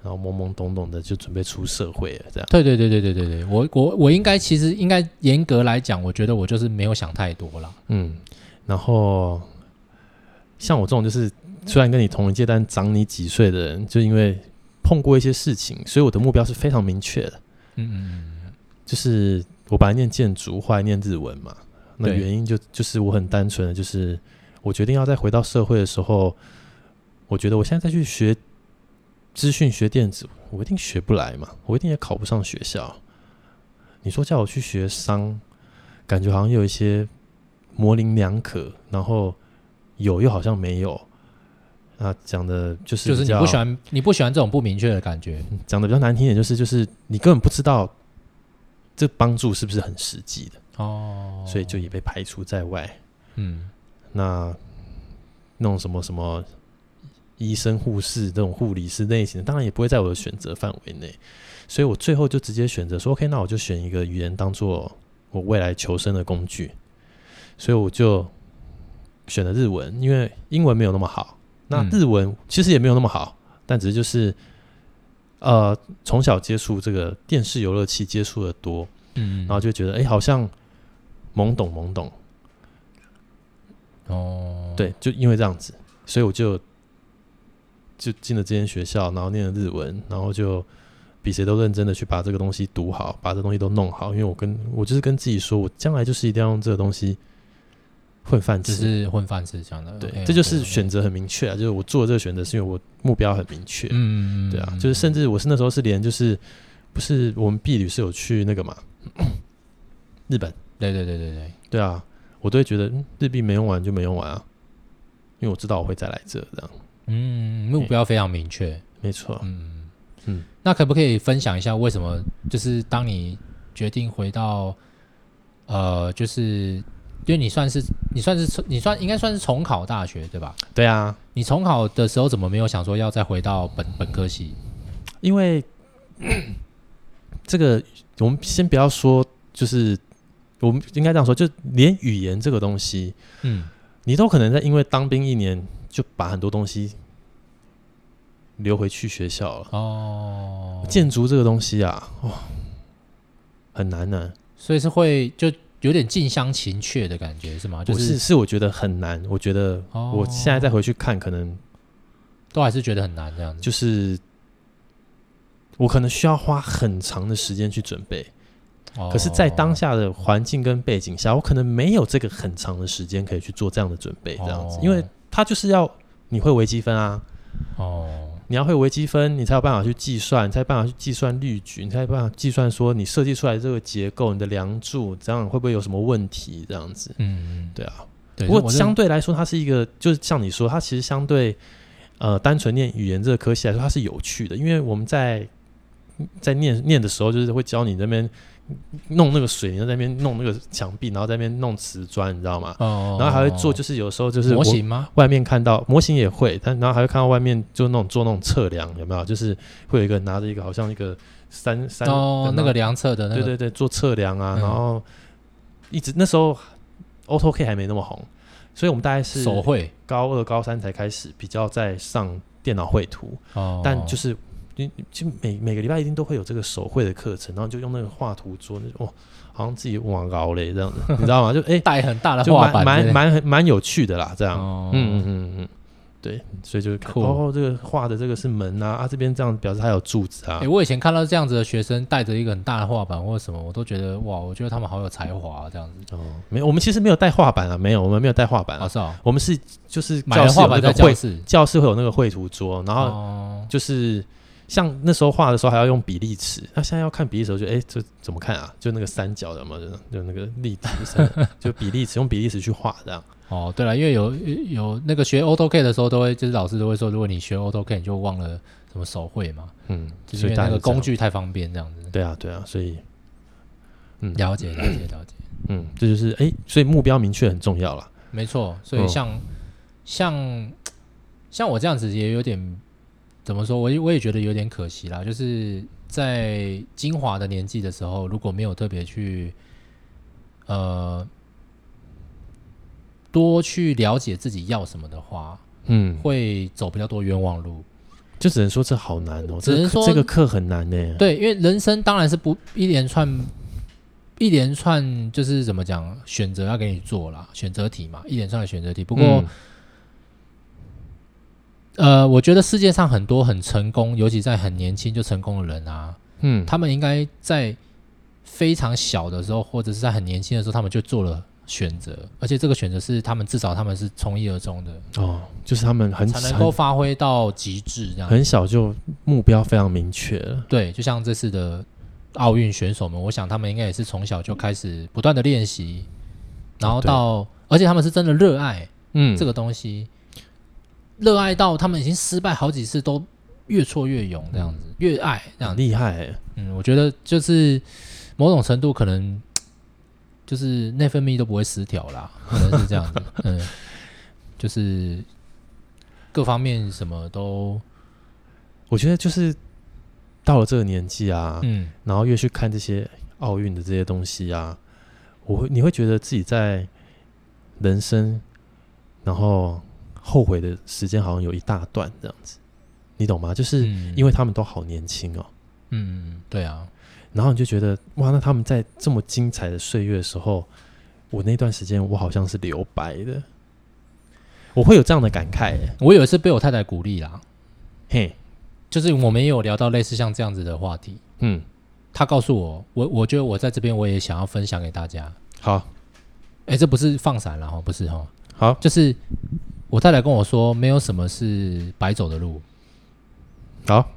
然后懵懵懂懂的就准备出社会了，这样。对对对对对对对，我我我应该其实应该严格来讲，我觉得我就是没有想太多啦。嗯，然后像我这种就是虽然跟你同一届，但长你几岁的人，就因为碰过一些事情，所以我的目标是非常明确的。嗯嗯嗯，就是我本来念建筑，后来念日文嘛。那对原因就就是我很单纯的，就是我决定要再回到社会的时候，我觉得我现在再去学资讯、学电子，我一定学不来嘛，我一定也考不上学校。你说叫我去学商，感觉好像有一些模棱两可，然后有又好像没有。啊，讲的就是就是比你较不喜欢你不喜欢这种不明确的感觉，讲的比较难听一点，就是就是你根本不知道这帮助是不是很实际的，哦，所以就也被排除在外。嗯，那那种什么什么医生、护士这种护理师类型的，当然也不会在我的选择范围内，所以我最后就直接选择说，OK，那我就选一个语言当做我未来求生的工具，所以我就选了日文，因为英文没有那么好，那嗯日文其实也没有那么好，但只是就是呃从小接触这个电视游乐器接触的多，嗯，然后就觉得哎、诶好像懵懂懵懂。哦，对，就因为这样子，所以我就就进了这间学校，然后念了日文，然后就比谁都认真的去把这个东西读好，把这东西都弄好。因为我跟我就是跟自己说，我将来就是一定要用这个东西混饭只吃。是混饭吃这样的，对 OK，这就 OK，是 OK 选，择很明确啊，就是我做这个选择是因为我目标很明确。嗯，对啊，就是甚至我是那时候是连就是不是我们婢女是有去那个嘛日本。对对对对对，对啊，我都会觉得嗯日币没用完就没用完啊，因为我知道我会再来这这样。嗯，目标非常明确，没错，嗯嗯嗯，那可不可以分享一下为什么就是当你决定回到呃，就是因为你算是你算是你算应该算是重考大学对吧？对啊，你重考的时候怎么没有想说要再回到本本科系？因为 [clears throat] 这个我们先不要说，就是我们应该这样说，就连语言这个东西，嗯你都可能在因为当兵一年就把很多东西留回去学校了。哦，建筑这个东西啊，哇、很难啊呢、所以是会就有点近乡情怯的感觉是吗？就我是是我觉得很难，我觉得哦我现在再回去看，可能都还是觉得很难这样子。就是我可能需要花很长的时间去准备，哦可是，在当下的环境跟背景下，我可能没有这个很长的时间可以去做这样的准备，这样子，因为它就是要你会微积分啊，哦你要会微积分，你才有办法去计算，你才有办法去计算绿矩，你才有办法计算说你设计出来这个结构，你的梁柱这样会不会有什么问题，这样子，嗯，对啊。对，不我过是相对来说，它是一个，就是像你说，它其实相对呃，单纯念语言这个科系来说，它是有趣的，因为我们在在念念的时候，就是会教你那边弄那个水泥，在那边弄那个墙壁，然后在那边弄瓷砖，你知道吗？哦，然后还会做，就是有时候就是模我型吗？外面看到模型也会，但然后还会看到外面就那种做那种测量，有没有？就是会有一个拿着一个好像一个三三哦，那个。个量测的那对个对对，做测量啊，嗯然后一直那时候 AutoK 还没那么红，所以我们大概是手绘高二、高三才开始比较在上电脑绘图，哦，但就是你就每每个礼拜一定都会有这个手绘的课程，然后就用那个画图桌，那哦，好像自己往高嘞这样子，你知道吗？就哎、带很 [laughs] 大的就画板蛮之类蛮的，蛮蛮有趣的啦，这样，哦嗯嗯嗯嗯。对，所以就是看酷哦，这个画的这个是门啊，啊这边这样表示它有柱子啊诶，我以前看到这样子的学生带着一个很大的画板或者什么，我都觉得哇，我觉得他们好有才华、啊、这样子。哦，没有，我们其实没有带画板啊，没有，我们没有带画板啊啊，，是哦，我们是就是买了教室画有板那在个教绘室，教室会有那个绘图桌，然后哦，就是像那时候画的时候还要用比例尺，那现在要看比例尺，我觉得哎、诶这怎么看啊？就那个三角的嘛，就就那个立体 [laughs] 三，就比例尺用比例尺去画这样。哦，对了，因为有有那个学 AutoCAD 的时候，都会就是老师都会说，如果你学 AutoCAD，你就忘了什么手绘嘛，嗯，就是所因以为大那家个就这样工具太方便这样子。对啊对啊，所以嗯了解，了解，了解。嗯，这就是哎、诶所以目标明确很重要啦。没错，所以嗯像、像像我这样子也有点怎么说，我也我也觉得有点可惜啦。就是在精华的年纪的时候，如果没有特别去呃多去了解自己要什么的话，嗯，会走比较多冤枉路。就只能说这好难哦、只能这个说这个课很难呢、对，因为人生当然是不一连串一连串就是怎么讲选择要给你做啦，选择题嘛，一连串的选择题。不不过、呃，我觉得世界上很多很成功，尤其在很年轻就成功的人啊，嗯，他们应该在非常小的时候，或者是在很年轻的时候，他们就做了选择，而且这个选择是他们至少他们是从一而终的，哦，就是他们很才能很够发挥到极致这样。很小就目标非常明确了。对，就像这次的奥运选手们，我想他们应该也是从小就开始不断的练习，然后对到，而且他们是真的热爱嗯，这个东西，热爱到他们已经失败好几次都越挫越勇这样子，嗯越爱这样很子。厉害欸，嗯，我觉得就是某种程度可能就是内分泌都不会失调啦，可能是 [laughs] 这样子。嗯，就是各方面什么都我觉得就是到了这个年纪啊，嗯然后越去看这些奥运的这些东西啊，我会你会觉得自己在人生，然后后悔的时间好像有一大段这样子，你懂吗？就是嗯因为他们都好年轻哦，嗯对啊，然后你就觉得哇，那他们在这么精彩的岁月的时候，我那段时间我好像是留白的，我会有这样的感慨欸、我有一次被我太太鼓励啦，嘿，就是我们也有聊到类似像这样子的话题，嗯，她告诉我，我我觉得我在这边我也想要分享给大家。好，哎，这不是放闪了哈，不是哈，好，就是我太太跟我说，没有什么是白走的路。好，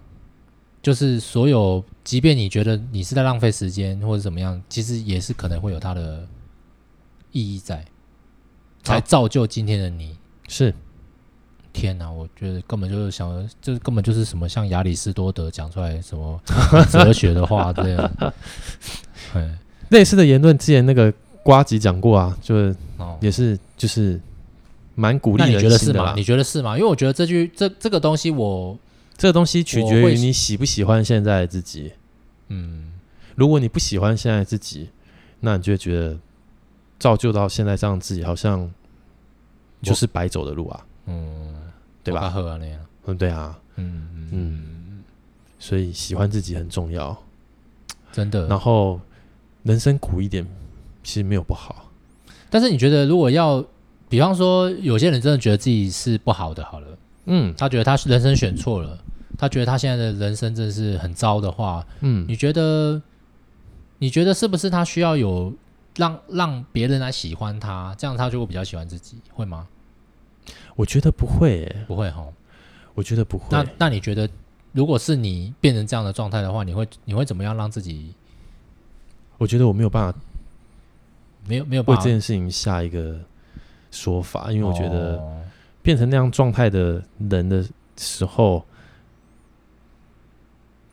就是所有，即便你觉得你是在浪费时间或者怎么样，其实也是可能会有它的意义在，才造就今天的你。是，天哪、我觉得根本就是想，这根本就是什么像亚里士多德讲出来什 [laughs] 么很哲学的话这样。哎，类似的言论之前那个瓜吉讲过啊，就是哦，也是就是蛮鼓那励你人觉得心是的吗啦？你。觉得是吗？因为我觉得这句这这个东西我这个东西取我决会于你喜不喜欢现在的自己。嗯如果你不喜欢现在的自己，那你就会觉得造就到现在这样自己好像就是白走的路啊，嗯，对我较吧？好啊那样，嗯，对啊，嗯嗯嗯，嗯，所以喜欢自己很重要。真的。然后人生苦一点，其实没有不好。但是你觉得，如果要，比方说，有些人真的觉得自己是不好的，好了，嗯他觉得他人生选错了，他觉得他现在的人生真的是很糟的话，嗯，你觉得，你觉得是不是他需要有让让别人来喜欢他，这样他就会比较喜欢自己，会吗？我觉得不会、耶，不会哈。我觉得不会。那那你觉得，如果是你变成这样的状态的话，你会你会怎么样让自己我觉得我没有办法没有没有为办这法？件事情下一个说法，因为我觉得、哦变成那样状态的人的时候，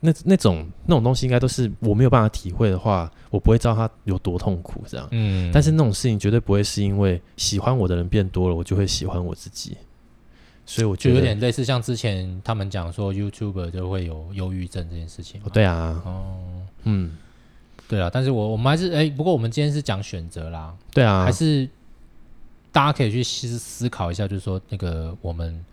那那种那种东西，应该都是我没有办法体会的话，我不会知道他有多痛苦这样。嗯，但是那种事情绝对不会是因为喜欢我的人变多了，我就会喜欢我自己。所以我觉得就有点类似像之前他们讲说 YouTuber 就会有忧郁症这件事情嘛。哦，对啊，哦，嗯，对啊，但是我我们还是哎、不过我们今天是讲选择啦，对啊还，是大家可以去思思考一下，就是说那个我们，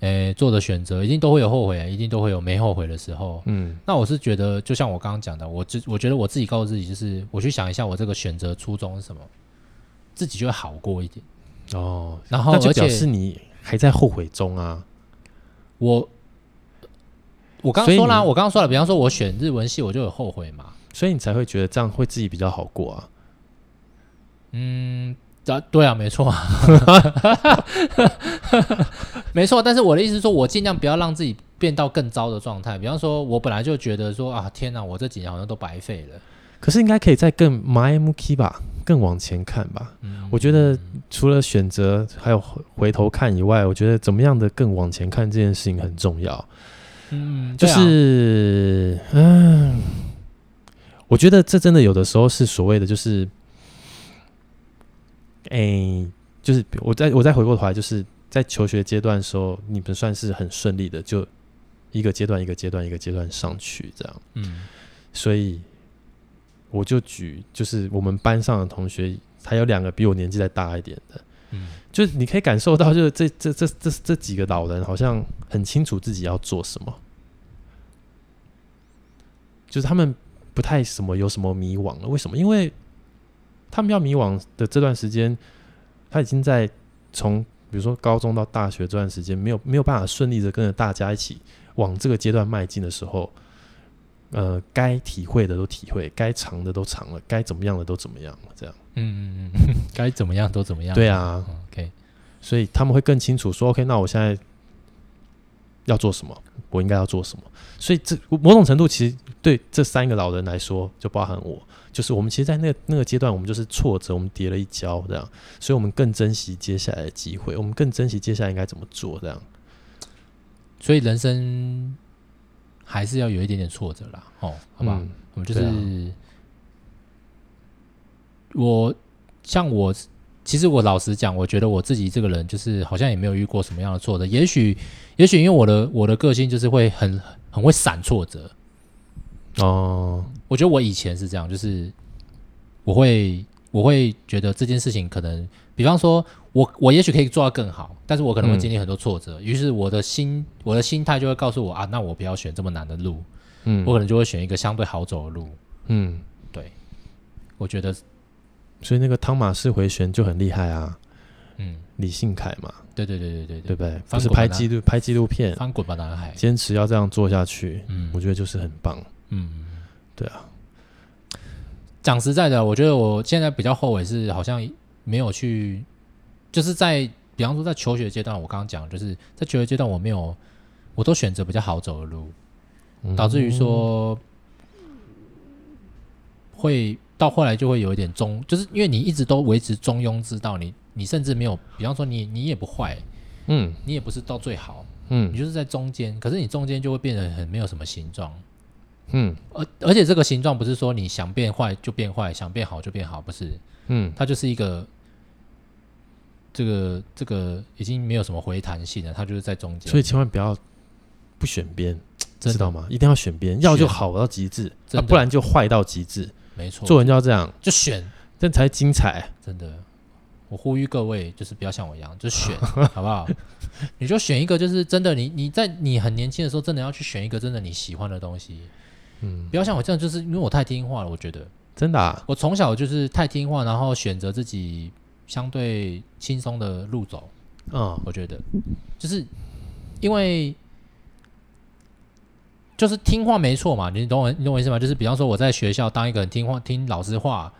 哎、做的选择一定都会有后悔，一定都会有没后悔的时候。嗯那我是觉得，就像我刚刚讲的，我自我觉得我自己告诉自己，就是我去想一下我这个选择初衷是什么，自己就会好过一点。哦，然后那就而表示且你还在后悔中啊。我我刚所刚以说啦，你我刚刚说了，比方说我选日文系，我就有后悔嘛。所以你才会觉得这样会自己比较好过啊，嗯，啊，对啊，没错啊， [laughs] 没错。但是我的意思是说，我尽量不要让自己变到更糟的状态。比方说，我本来就觉得说啊，天哪，我这几年好像都白费了。可是应该可以再更 my m k 吧，更往前看吧。嗯我觉得除了选择还有回回头看以外，我觉得怎么样的更往前看这件事情很重要。嗯，就对啊是，嗯，我觉得这真的有的时候是所谓的就是，哎、就是我再我再回过头来，就是在求学阶段的时候，你们算是很顺利的，就一个阶段一个阶段一个阶段上去这样。嗯所以我就举，就是我们班上的同学，还有两个比我年纪再大一点的，嗯就是你可以感受到，就是这这这这这几个老人好像很清楚自己要做什么，就是他们不太什么有什么迷惘了。为什么？因为他们要迷惘的这段时间，他已经在从比如说高中到大学这段时间，没有没有办法顺利的跟着大家一起往这个阶段迈进的时候，呃，该体会的都体会，该尝的都尝了，该怎么样的都怎么样了，这样。嗯嗯嗯，该怎么样都怎么样。对啊，嗯，OK，所以他们会更清楚说，OK，那我现在要做什么，我应该要做什么。所以这某种程度其实对这三个老人来说，就包含我，就是我们其实，在那个那个阶段，我们就是挫折，我们跌了一跤，这样，所以我们更珍惜接下来的机会，我们更珍惜接下来应该怎么做，这样。所以人生还是要有一点点挫折啦，哦，好吧，嗯我们就是、对啊我像我，其实我老实讲，我觉得我自己这个人就是好像也没有遇过什么样的挫折，也许也许因为我的我的个性就是会很很会闪挫折，哦，我觉得我以前是这样，就是我会我会觉得这件事情可能，比方说我我也许可以做到更好，但是我可能会经历很多挫折，于是我的心我的心态就会告诉我啊，那我不要选这么难的路，嗯，我可能就会选一个相对好走的路。嗯，我觉得，所以那个汤马士回旋就很厉害啊，嗯，李信凯嘛，对对对对对对不对？翻不是滚吧拍男纪录拍纪录片对，，翻滚吧男孩，坚持要这样做下去，嗯我觉得就是很棒。嗯，对啊，讲实在的，我觉得我现在比较后悔是好像没有去，就是在比方说在求学阶段，我刚刚讲就是在求学阶段我没有，我都选择比较好走的路。嗯导致于说会到后来就会有一点中，就是因为你一直都维持中庸之道，你你甚至没有，比方说你你也不坏，嗯你也不是到最好，你嗯就是在中间，可是你中间就会变得很没有什么形状，嗯而而且这个形状不是说你想变坏就变坏，想变好就变好，不是，嗯它就是一个。这个这个已经没有什么回弹性了，它就是在中间，所以千万不要不选边，真知的啊道吗？一定要选边，要就好到极致，真啊、的不然就坏到极致。没错，做人就要这样，就选这才精彩。真的，我呼吁各位就是不要像我一样，[laughs] 就选好不好？你就选一个，就是真的你你在你很年轻的时候，真的要去选一个真的你喜欢的东西。嗯，不要像我这样，就是因为我太听话了。我觉得真的、啊，我从小就是太听话，然后选择自己相对轻松的路走。嗯我觉得就是因为就是听话没错嘛，你懂我你懂我意思吗？就是比方说我在学校当一个很听话、听老师话、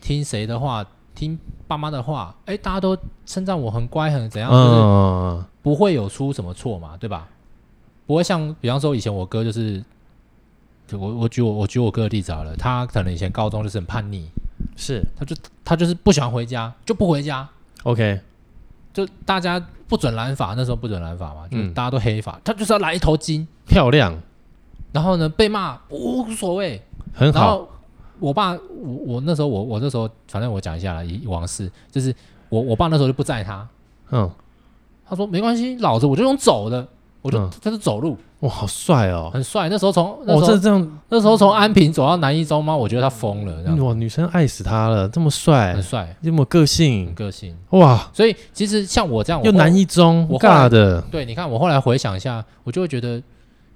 听谁的话、听爸妈的话，哎，大家都称赞我很乖很怎样，就是嗯，不会有出什么错嘛，对吧？不会像比方说以前我哥就是。就我我举我我举我哥的例子好了，他可能以前高中就是很叛逆，是他就他就是不喜欢回家，就不回家， OK，就大家不准染发，那时候不准染发嘛，就是嗯大家都黑发，他就是要染一头金，漂亮，然后呢被骂无无所谓，很然好。后我爸我我那时候我我那时候反正我讲一下啦，以以往事就是我我爸那时候就不载他，嗯，他说没关系，老子我就用走的，我就、嗯他就走路哇，好帅哦！很帅，那时候从那哦，时候、这这样，嗯那时候从安平走到南一中吗？我觉得他疯了，这样、哇，女生爱死他了，这么帅很，帅，这么个很性，个性，哇，所以其实像我这样，我又后男一中，哦我后来尬的，对，你看我后来回想一下，我就会觉得，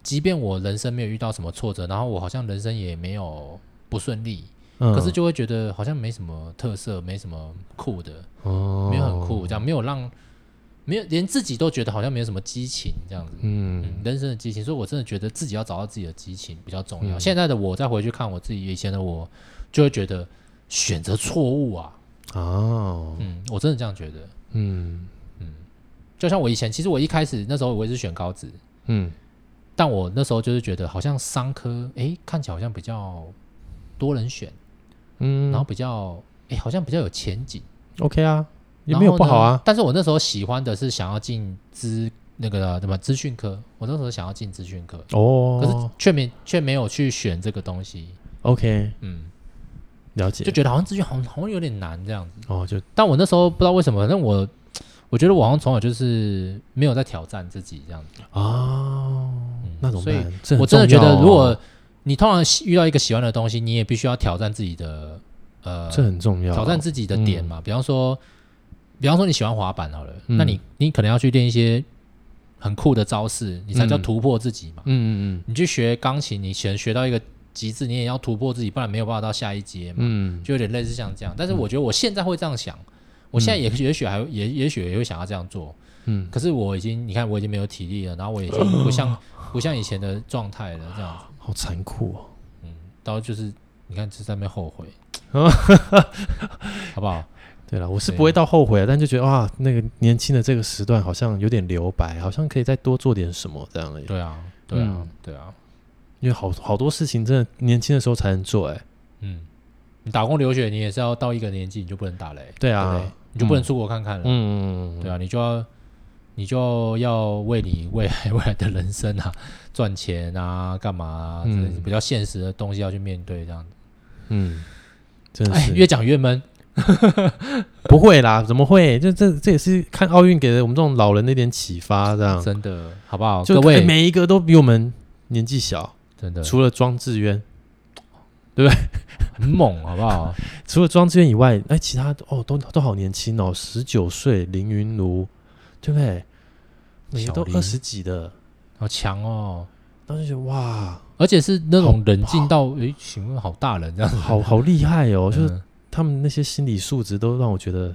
即便我人生没有遇到什么挫折，然后我好像人生也没有不顺利，嗯，可是就会觉得好像没什么特色，没什么酷的，哦，没有很酷，这样没有让，没有连自己都觉得好像没有什么激情这样子。嗯，嗯，人生的激情，所以我真的觉得自己要找到自己的激情比较重要。嗯现在的我再回去看我自己以前的我，就会觉得选择错误啊，哦，嗯，我真的这样觉得。嗯就像我以前，其实我一开始那时候我也是选高职，嗯但我那时候就是觉得，好像商科，诶，看起来好像比较多人选，嗯，然后比较，诶，好像比较有前景， OK 啊，也然没有后不好呢啊。但是我那时候喜欢的是想要进资那个什么资讯科，我那时候想要进资讯科，可是哦却没却没有去选这个东西， ，OK，嗯，了解。就觉得好像资讯好像好像有点难这样子。哦，就但我那时候不知道为什么，反正我我觉得我好像从小就是没有在挑战自己这样子，哦，嗯那种所以办，这很我真的重觉要得，哦如果你通常喜遇到一个喜欢的东西，你也必须要挑战自己的呃，这很重要，哦啊挑战自己的点嘛。比方说，比方说你喜欢滑板好了，嗯那你你可能要去练一些很酷的招式，你才叫突破自己嘛。嗯，嗯你去学钢琴，你学学到一个极致，你也要突破自己，不然没有办法到下一阶嘛。嗯嗯，就有点类似像这样，但是我觉得我现在会这样想，我现在也也许还也也许也会想要这样做，嗯，可是我已经你看我已经没有体力了，然后我已经不像不像以前的状态了，这样子，好残酷哦。嗯，然后就是你看就在那边后 [laughs] 悔，好不好？对了，我是对不会到后悔啊，但就觉得哇，那个年轻的这个时段好像有点留白，好像可以再多做点什么这样而已。对啊，对啊，嗯对啊，因为好好多事情真的年轻的时候才能做、欸，哎，嗯，你打工留学，你也是要到一个年纪，你就不能打雷，对对不啊对，？你就不能出国看看了，嗯，对啊，你就要你就要为你未来 [laughs] 未来的人生啊，赚钱啊，干嘛啊，嗯这比较现实的东西要去面对，这样子。嗯，真的哎，是越讲越闷，不会啦，怎么会？就这这也是看奥运给了我们这种老人的一点启发，这样真的，好不好？嗯就啊各哎位，每一个都比我们年纪小，真的除了庄智渊，很猛，好不好？除了庄智渊以外，哎，其他哦都都好年轻哦，十九岁凌云儒，对不对？那些小都林二十几的，好强哦，当时觉得哇，而且是那种冷静到，诶，请问好大人这样子，好好厉害哦！就是嗯他们那些心理素质都让我觉得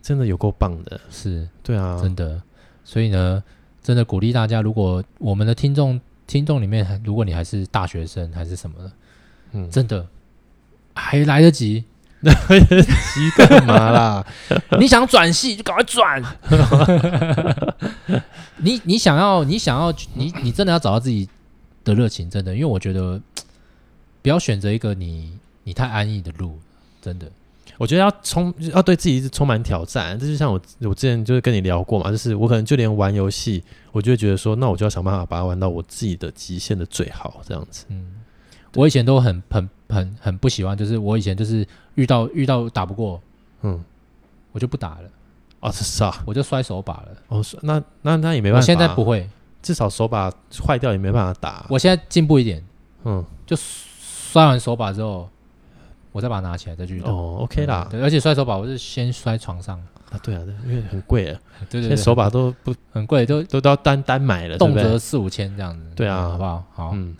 真的有够棒的，是对啊，真的。所以呢，真的鼓励大家，如果我们的听众听众里面还，如果你还是大学生还是什么的，嗯，真的还来得 [laughs] 及。急干嘛啦？你想转系就赶快转。你你想要你想要你你真的要找到自己的热情，真的，因为我觉得不要选择一个你你太安逸的路，真的。 [laughs] 我觉得要充要对自己一直充满挑战，这就像我我之前就是跟你聊过嘛，就是我可能就连玩游戏，我就会觉得说，那我就要想办法把它玩到我自己的极限的最好，这样子。嗯，我以前都很很很很不喜欢，就是我以前就是遇到遇到打不过，嗯，我就不打了，哦，这是啊，我就摔手把了。哦，是那那那也没办我法啊，现在不会，至少手把坏掉也没办法打啊。我现在进步一点，嗯，就摔完手把之后，我再把它拿起来再去打。哦，OK 啦，对，而且摔手把我是先摔床上， [laughs] 啊对啊，对因为很贵啊，对现对在对，手把都不很贵，都都都要单单买了，对动不辄对？四五千这样子。对啊好不好？好、 [laughs] 嗯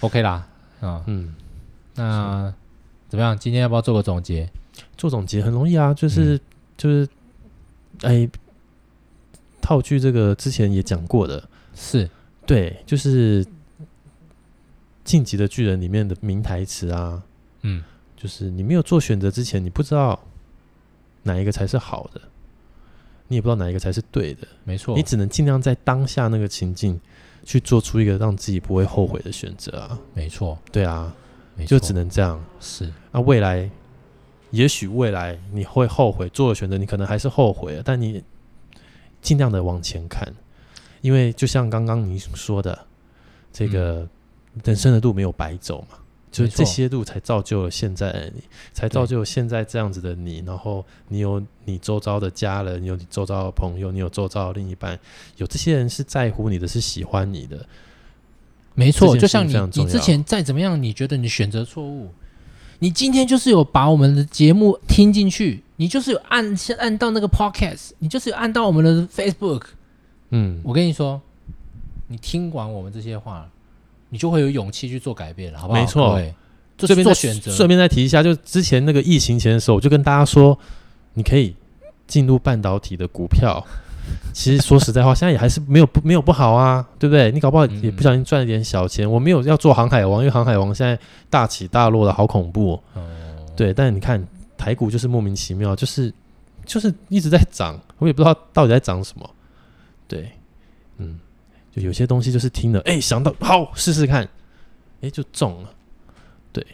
o k 啦，嗯，嗯，那怎么样？今天要不要做个总结？做总结很容易啊，就是、就是，哎，套句这个之前也讲过的，是，对，就是《晋级的巨人》里面的名台词啊，嗯，就是你没有做选择之前，你不知道哪一个才是好的，你也不知道哪一个才是对的，没错你，只能尽量在当下那个情境去做出一个让自己不会后悔的选择啊。没错，对啊，没错，就只能这样。是那、未来，也许未来你会后悔做了选择，你可能还是后悔了，但你尽量的往前看，因为就像刚刚你说的，这个人生的路没有白走嘛，就是没错这些路才造就了现在的你，才造就了现在这样子的你。然后你有你周遭的家人，你有你周遭的朋友，你有周遭的另一半，有这些人是在乎你的，是喜欢你的，没这错，件就事情像你非常你重之要前再怎么样，你觉得你选择错误，你今天就是有把我们的节目听进去，你就是有按按到那个 podcast，你就是有按到我们的 Facebook。嗯，我跟你说，你听完我们这些话，你就会有勇气去做改变了，好不好？没错各位，就这是边做再选择。顺便再提一下，就之前那个疫情前的时候，我就跟大家说，你可以进入半导体的股票。其实说实在话，现在也还是没有不没有不好啊，对不对？你搞不好嗯也不小心赚了点小钱。我没有要做航海王，因为航海王现在大起大落的好恐怖哦、对，但你看台股就是莫名其妙，就是就是一直在涨，我也不知道到底在涨什么。对，嗯，就有些东西就是听了，哎、想到好试试看，哎、就中了，对，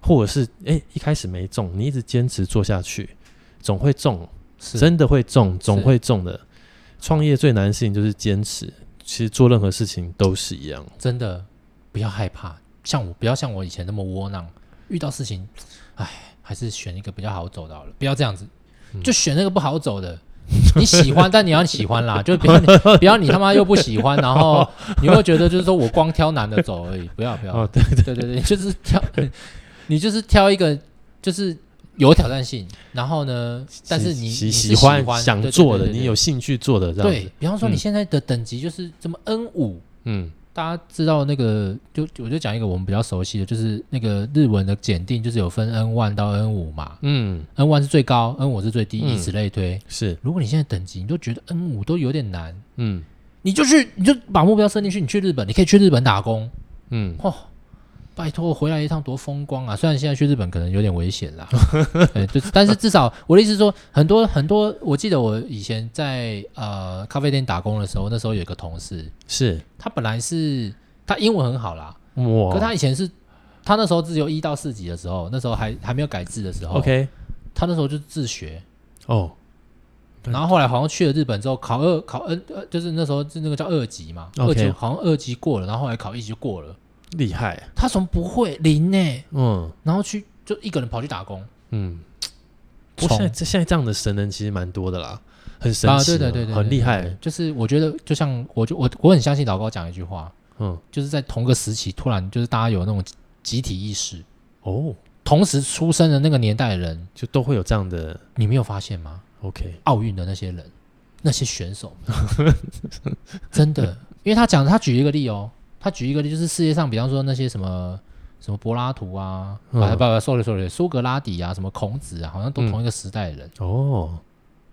或者是哎、一开始没中，你一直坚持做下去，总会中，是真的会中，总是会中的。创业最难的事情就是坚持，其实做任何事情都是一样。真的不要害怕，像我不要像我以前那么窝囊，遇到事情，哎，还是选一个比较好走的好了，不要这样子，嗯就选那个不好走的。你喜欢，但你要喜欢啦，就不要你不要你他妈又不喜欢，然后你又觉得就是说我光挑男的走而已，不要不要，哦，对，对对对，就是挑 [laughs] 你就是挑一个就是有挑战性，然后呢，但是你喜你喜是欢想做的，对对对对你有兴趣做的，这样对对子，比方说你嗯现在的等级就是什么 N 五，嗯大家知道那个，就我就讲一个我们比较熟悉的，就是那个日文的检定，就是有分 N one 到 N 五嘛嗯， ，N one 是最高，N 五是最低，嗯以此类推。是，如果你现在等级你都觉得 N 五都有点难，嗯你就去你就把目标设定去，你去日本，你可以去日本打工嗯，哦。拜托，回来一趟多风光啊！虽然现在去日本可能有点危险啦， [laughs] 对，就但是至少我的意思是说，很多很多，我记得我以前在呃咖啡店打工的时候，那时候有一个同事，是，他本来是他英文很好啦，哇，可他以前是，他那时候只有一到四级的时候，那时候还还没有改制的时候 OK 他那时候就自学，哦，对然后后来好像去了日本之后考二考 N 呃，就是那时候是那个叫二级嘛 OK 二级好像二级过了，然后后来考一级就过了。厉害，他从不会零呢、欸嗯然后去就一个人跑去打工，嗯。不过现在冲这现在这样的神人其实蛮多的啦，很神啊，奇对啊，对对对，很对厉对害，就是我觉得，就像我就我我很相信老高讲一句话，嗯就是在同个时期，突然就是大家有那种集体意识，哦，同时出生的那个年代的人，就都会有这样的你没有发现吗？ OK，奥运的那些人，那些选手， [laughs] 真的，因为他讲，他举一个例哦，他举一个例就是世界上，比方说那些什么什么柏拉图啊，嗯啊不不，sorry sorry，苏格拉底啊，什么孔子啊，好像都嗯同一个时代的人，哦，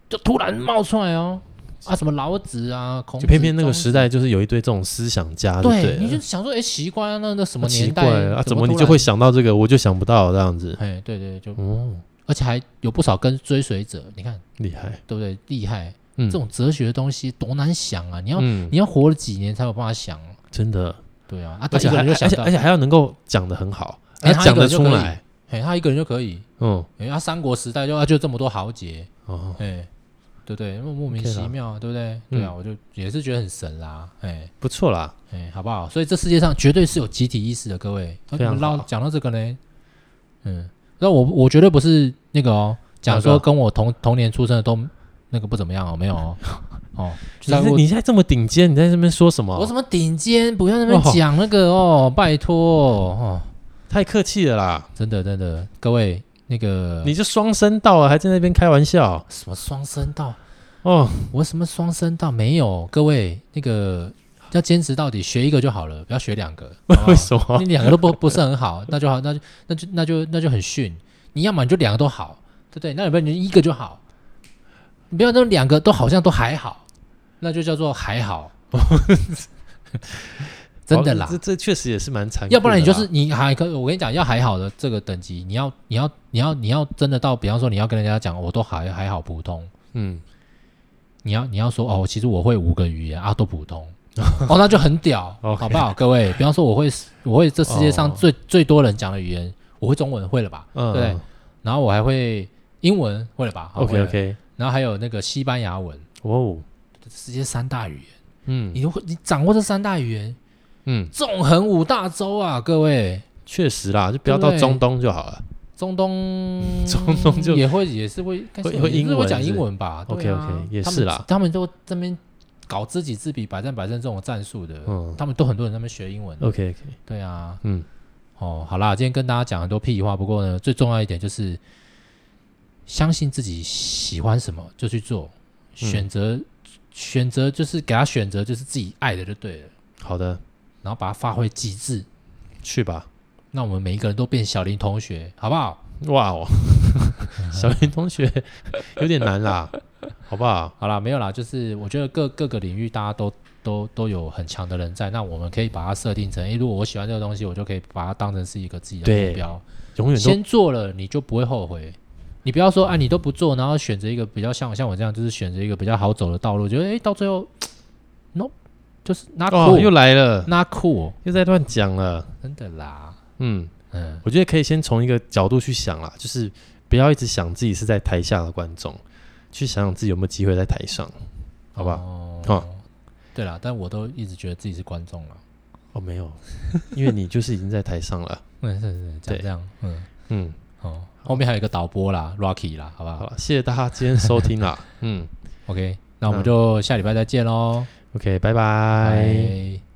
就突然冒出来哦，啊什么老子啊，孔子，就偏偏那个庄子时代就是有一堆这种思想家，对对，了，你就想说，哎，奇怪啊，那那什么啊奇年代怪啊，怎么么你突就会然？想到这个，我就想不到这样子，哎，对对，就哦，而且还有不少跟追随者，你看厉害，对不对？厉害，嗯，这种哲学的东西多难想啊！你要嗯，你要活了几年才有办法想，真的，对啊，啊，而且他还一个人就而想且到而，且还要能够讲的很好，哎要他一讲个得人就出可以来，哎，他一个人就可以，嗯，哎，他三国时代就啊就这么多豪杰，哦，哎，对不对？那么莫名 OK 啦嗯其妙啊，对不对？对啊，我就也是觉得很神啦，哎不错啦，哎，好不好？所以这世界上绝对是有集体意识的，各位。啊那非常我们唠好讲到这个呢，嗯，那我我绝对不是那个哦，讲哪说个跟我同同年出生的都那个不怎么样哦，没 [laughs] 有哦，哦，你是你现在这么顶尖，你在这边说什我么什？么顶尖，不要那边哦讲那个哦，拜托哦，太客气了啦，真的真的，各位那个你就双声道啊了，还在那边开玩 [laughs] 笑，什么双声道，哦，我什么双声道没有，各位那个要坚持到底，学一个就好了，不要学两个，好不好为什么 [laughs] 你？两个都不不是很好，那就好，那就那就那就那就很逊，你要么你就两个都好，对不对？那要不然你就一个就好，你不要那两个都好像都还好，那就叫做还好，真的啦哦，这这确实也是蛮残酷的啦，要不然你就是你还可，我跟你讲，要还好的这个等级，你要你要你要你要真的到，比方说你要跟人家讲，我都还还好普通，嗯，你要你要说哦，其实我会五个语言啊，都普通， [laughs] 哦，那就很屌， OK 好不好？各位，比方说我会我会这世界上哦最、最多人讲的语言，我会中文会了吧，嗯对，然后我还会英文会了吧好会，OK 了 OK，然后还有那个西班牙文，哦，这世界三大语言，嗯你都会你掌握这三大语言，嗯，纵横五大洲啊，各位。确实啦，就不要到对中东就好了。中东中东就也会也是会该会说会也是英文会讲是英文吧 OK，对啊 OK，也他是们啦他们都这边搞知己知彼，百战百胜这种战术的，嗯他们都很多人在那边学英文。 ，OK OK，对啊，嗯，哦，好啦，今天跟大家讲很多屁话，不过呢，最重要一点就是相信自己喜欢什么就去做，选择、选择就是给他选择就是自己爱的就对了，好的，然后把它发挥极致，去吧。那我们每一个人都变小林同学，好不好？哇哦，小林同学有点难啦，好不好？好啦，没有啦，就是我觉得各各个领域大家都都都有很强的人在，那我们可以把它设定成，诶，如果我喜欢这个东西，我就可以把它当成是一个自己的对目标。永远都先做了，你就不会后悔。你不要说啊，你都不做，然后选择一个比较像像我这样，就是选择一个比较好走的道路，觉得诶，到最后，no，就是 not 哦，又 cool，not 来了， cool，又在乱讲了。真的啦，嗯，嗯，我觉得可以先从一个角度去想啦，就是不要一直想自己是在台下的观众，去想想自己有没有机会在台上，好吧？哦好对啦，但我都一直觉得自己是观众了，哦，没有，因为你就是已经在台上了。嗯，是是，对这样这样，嗯，嗯，哦，后面还有一个导播啦，Rocky 啦，好不好了，谢谢大家今天收听啦。嗯 OK，那我们就下礼拜再见嗯喽，，OK，拜拜。拜